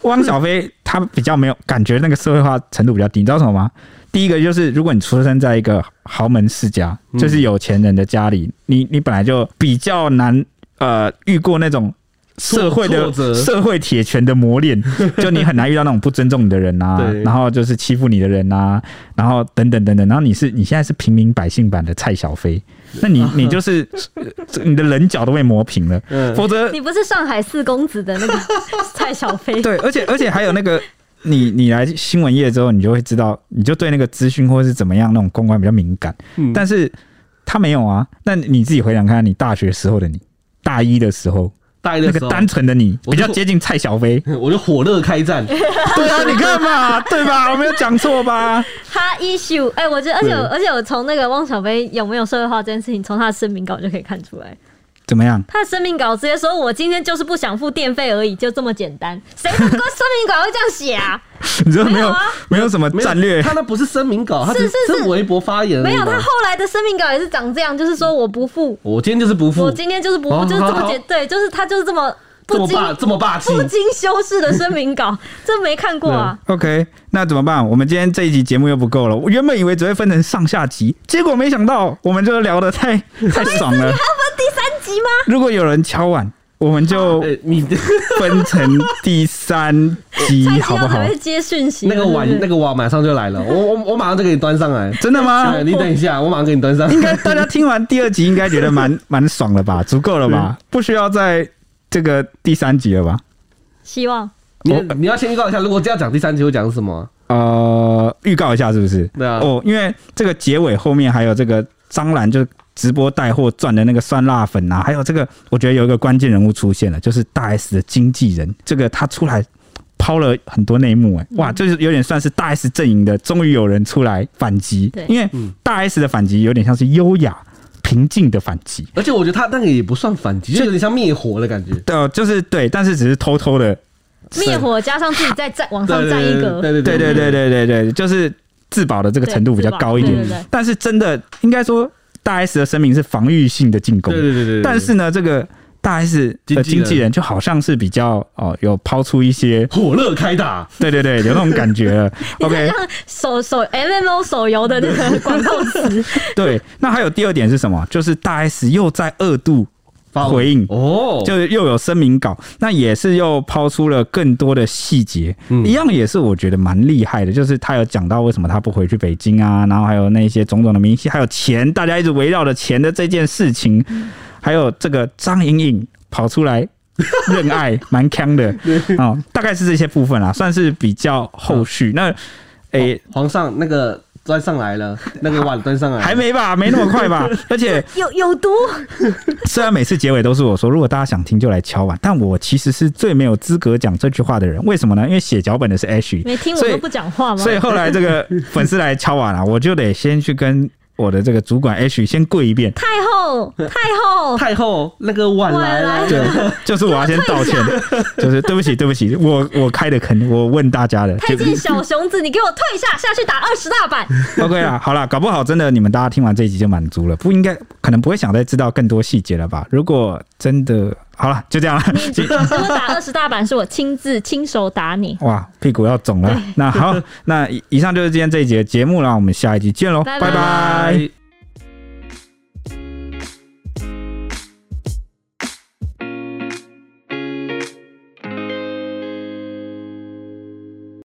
D: 汪小菲他比较没有感觉，那个社会化程度比较低，你知道什么吗？第一个就是，如果你出生在一个豪门世家，
C: 嗯
D: 就是有钱人的家里，你你本来就比较难呃遇过那种社会的
C: 挫折
D: 社会铁拳的磨 练，就你很难遇到那种不尊重你的人啊
C: 对，
D: 然后就是欺负你的人啊，然后等等等等，然后你是你现在是平民百姓版的蔡小 飞，那你你就是呃你的棱角都被磨平 了，
C: 嗯，
D: 否则
B: 你不是上海四公子的 那个蔡小飞，
D: 对，而且而且还有那个，你你来新闻业之后，你就会知道，你就对那个资讯或是怎么样那种公关比较敏感。
C: 嗯
D: 但是他没有啊，那你自己回想看，你大学时候的你，大一的时候，
C: 大一
D: 那
C: 的
D: 个
C: 时候，
D: 单纯的你，
C: 我
D: 比较
C: 就。
D: 接近蔡小飞
C: 我就火热 开战，
D: 对啊，你看嘛，对吧？我没有讲错吧？
B: 他 issue，哎、我觉得，而且我
C: 对
B: 而且我从那个汪小菲有没有社会化这件事情，从他的声明稿就可以看出来，
D: 怎么样？
B: 他的声明稿直接说我今天就是不想付电费而已，就这么简单，谁的歌 声明稿会这样写啊？
D: 你知道 没
B: 没有
D: 有
B: 啊
D: 没有什么
C: 没有
D: 战略
C: 他那不是声明稿，他只
B: 是是
C: 微博发言而
B: 没
C: 已
B: 有，
C: 嘛，
B: 他后来的声明稿也是长这样，就是说我不付，
C: 我今天就是不
B: 我
C: 付，
B: 今天就是不付，
C: 哦
B: 就是这么
C: 好
B: 简，对，就是他就是这么
C: 这
B: 不
C: 么
B: 经
C: 霸这么霸气
B: 不，经修饰的声明稿，这没看过啊。
D: ？OK，那怎么办？我们今天这一集节目又不够了。我原本以为只会分成上下集，结果没想到我们就聊得 太太爽了。
B: 第三集吗？
D: 如果有人敲碗，我们就
C: 哎，你
D: 分成第三 集
B: 蔡，
D: 好不
B: 希要准
D: 好？
B: 备接讯息了，
C: 那个碗
B: 是不是
C: 那个碗马上就来了，我我我马上就给你端上来，
D: 真的吗
C: 哎？你等一下，我马上给你端上来
D: 应。该大家听完第二集，应该觉得 蛮蛮爽了吧？足够了吧？不需要在这个第三集了吧？
B: 希望。
C: 你
D: 我
C: 你要先预告一下，如果这样讲第三集会讲什么啊？
D: 呃，预告一下是不是？
C: 对啊，
D: 哦，因为这个结尾后面还有这个张兰就直播带货赚的那个酸辣粉啊，还有这个我觉得有一个关键人物出现了，就是大 S 的经纪人，这个他出来。抛了很多内幕、哎，哇，就是有点算是大 S 阵营的，终于有人出来反击
B: 对，
D: 因为大 S 的反击有点像是优雅平静的反击，
C: 而且我觉得他那个也不算反击，就有点像灭火的感觉。
D: 呃，就是对，但是只是偷偷的，
B: 灭火加上自己再站往上站一格，
C: 对对
D: 对对对对对对，就是自保的这个程度比较高一点，
B: 对对对对
D: 但是真的应该说大 S 的声明是防御性的进攻，
C: 对对对对。
D: 但是呢，这个大 S 的
C: 经纪
D: 经
C: 人
D: 纪人就好像是比较哦，有抛出一 些，
C: 火热开打，
D: 对对对，有那种感觉 了。
B: 你看
D: OK，
B: 像手手 M M O 手游的那个广告词，
D: 对。那还有第二点是什么？就是大 S 又在二度
C: 发文
D: 回应，
C: 哦，
D: 就又有声明稿，那也是又抛出了更多的细节，
C: 嗯
D: 一样也是我觉得蛮厉害的，就是他有讲到为什么他不回去北京啊，然后还有那些种种的明星，还有钱，大家一直围绕着钱的这件事情，还有这个张颖颖跑出来认爱，蛮强的啊、哦大概是这些部分啦，算是比较后续。那诶、
C: 皇上那个端上来了，那个碗端上来了，
D: 还没吧，没那么快吧，而且。
B: 有有毒，
D: 虽然每次结尾都是我说，如果大家想听就来敲碗，但我其实是最没有资格讲这句话的人。为什么呢？因为写脚本的是 Ashley，
B: 没听我
D: 所以
B: 都不讲话吗
D: 所？以后来这个粉丝来敲碗了、啊我就得先去跟我的这个主管 Ashley 先跪 一遍。
B: 太后，太后，
C: 太后那个碗来
B: 碗来
C: 了，
D: 对，就是我要先道 歉，就是对不起，对不起，我我开的坑，我问大家的，
B: 太监小熊子，你给我退下，下去打二十大板。
D: OK 啦，好啦，搞不好真的你们大家听完这一集就满足了，不应该可能不会想再知道更多细节了吧？如果真的好了，就这样了。
B: 你如果打二十大板，是我亲自亲手打你。
D: 哇，屁股要肿了。那好，那以以上就是今天这一节节目啦，我们下一集见喽，
B: 拜拜
D: 拜拜
C: 哎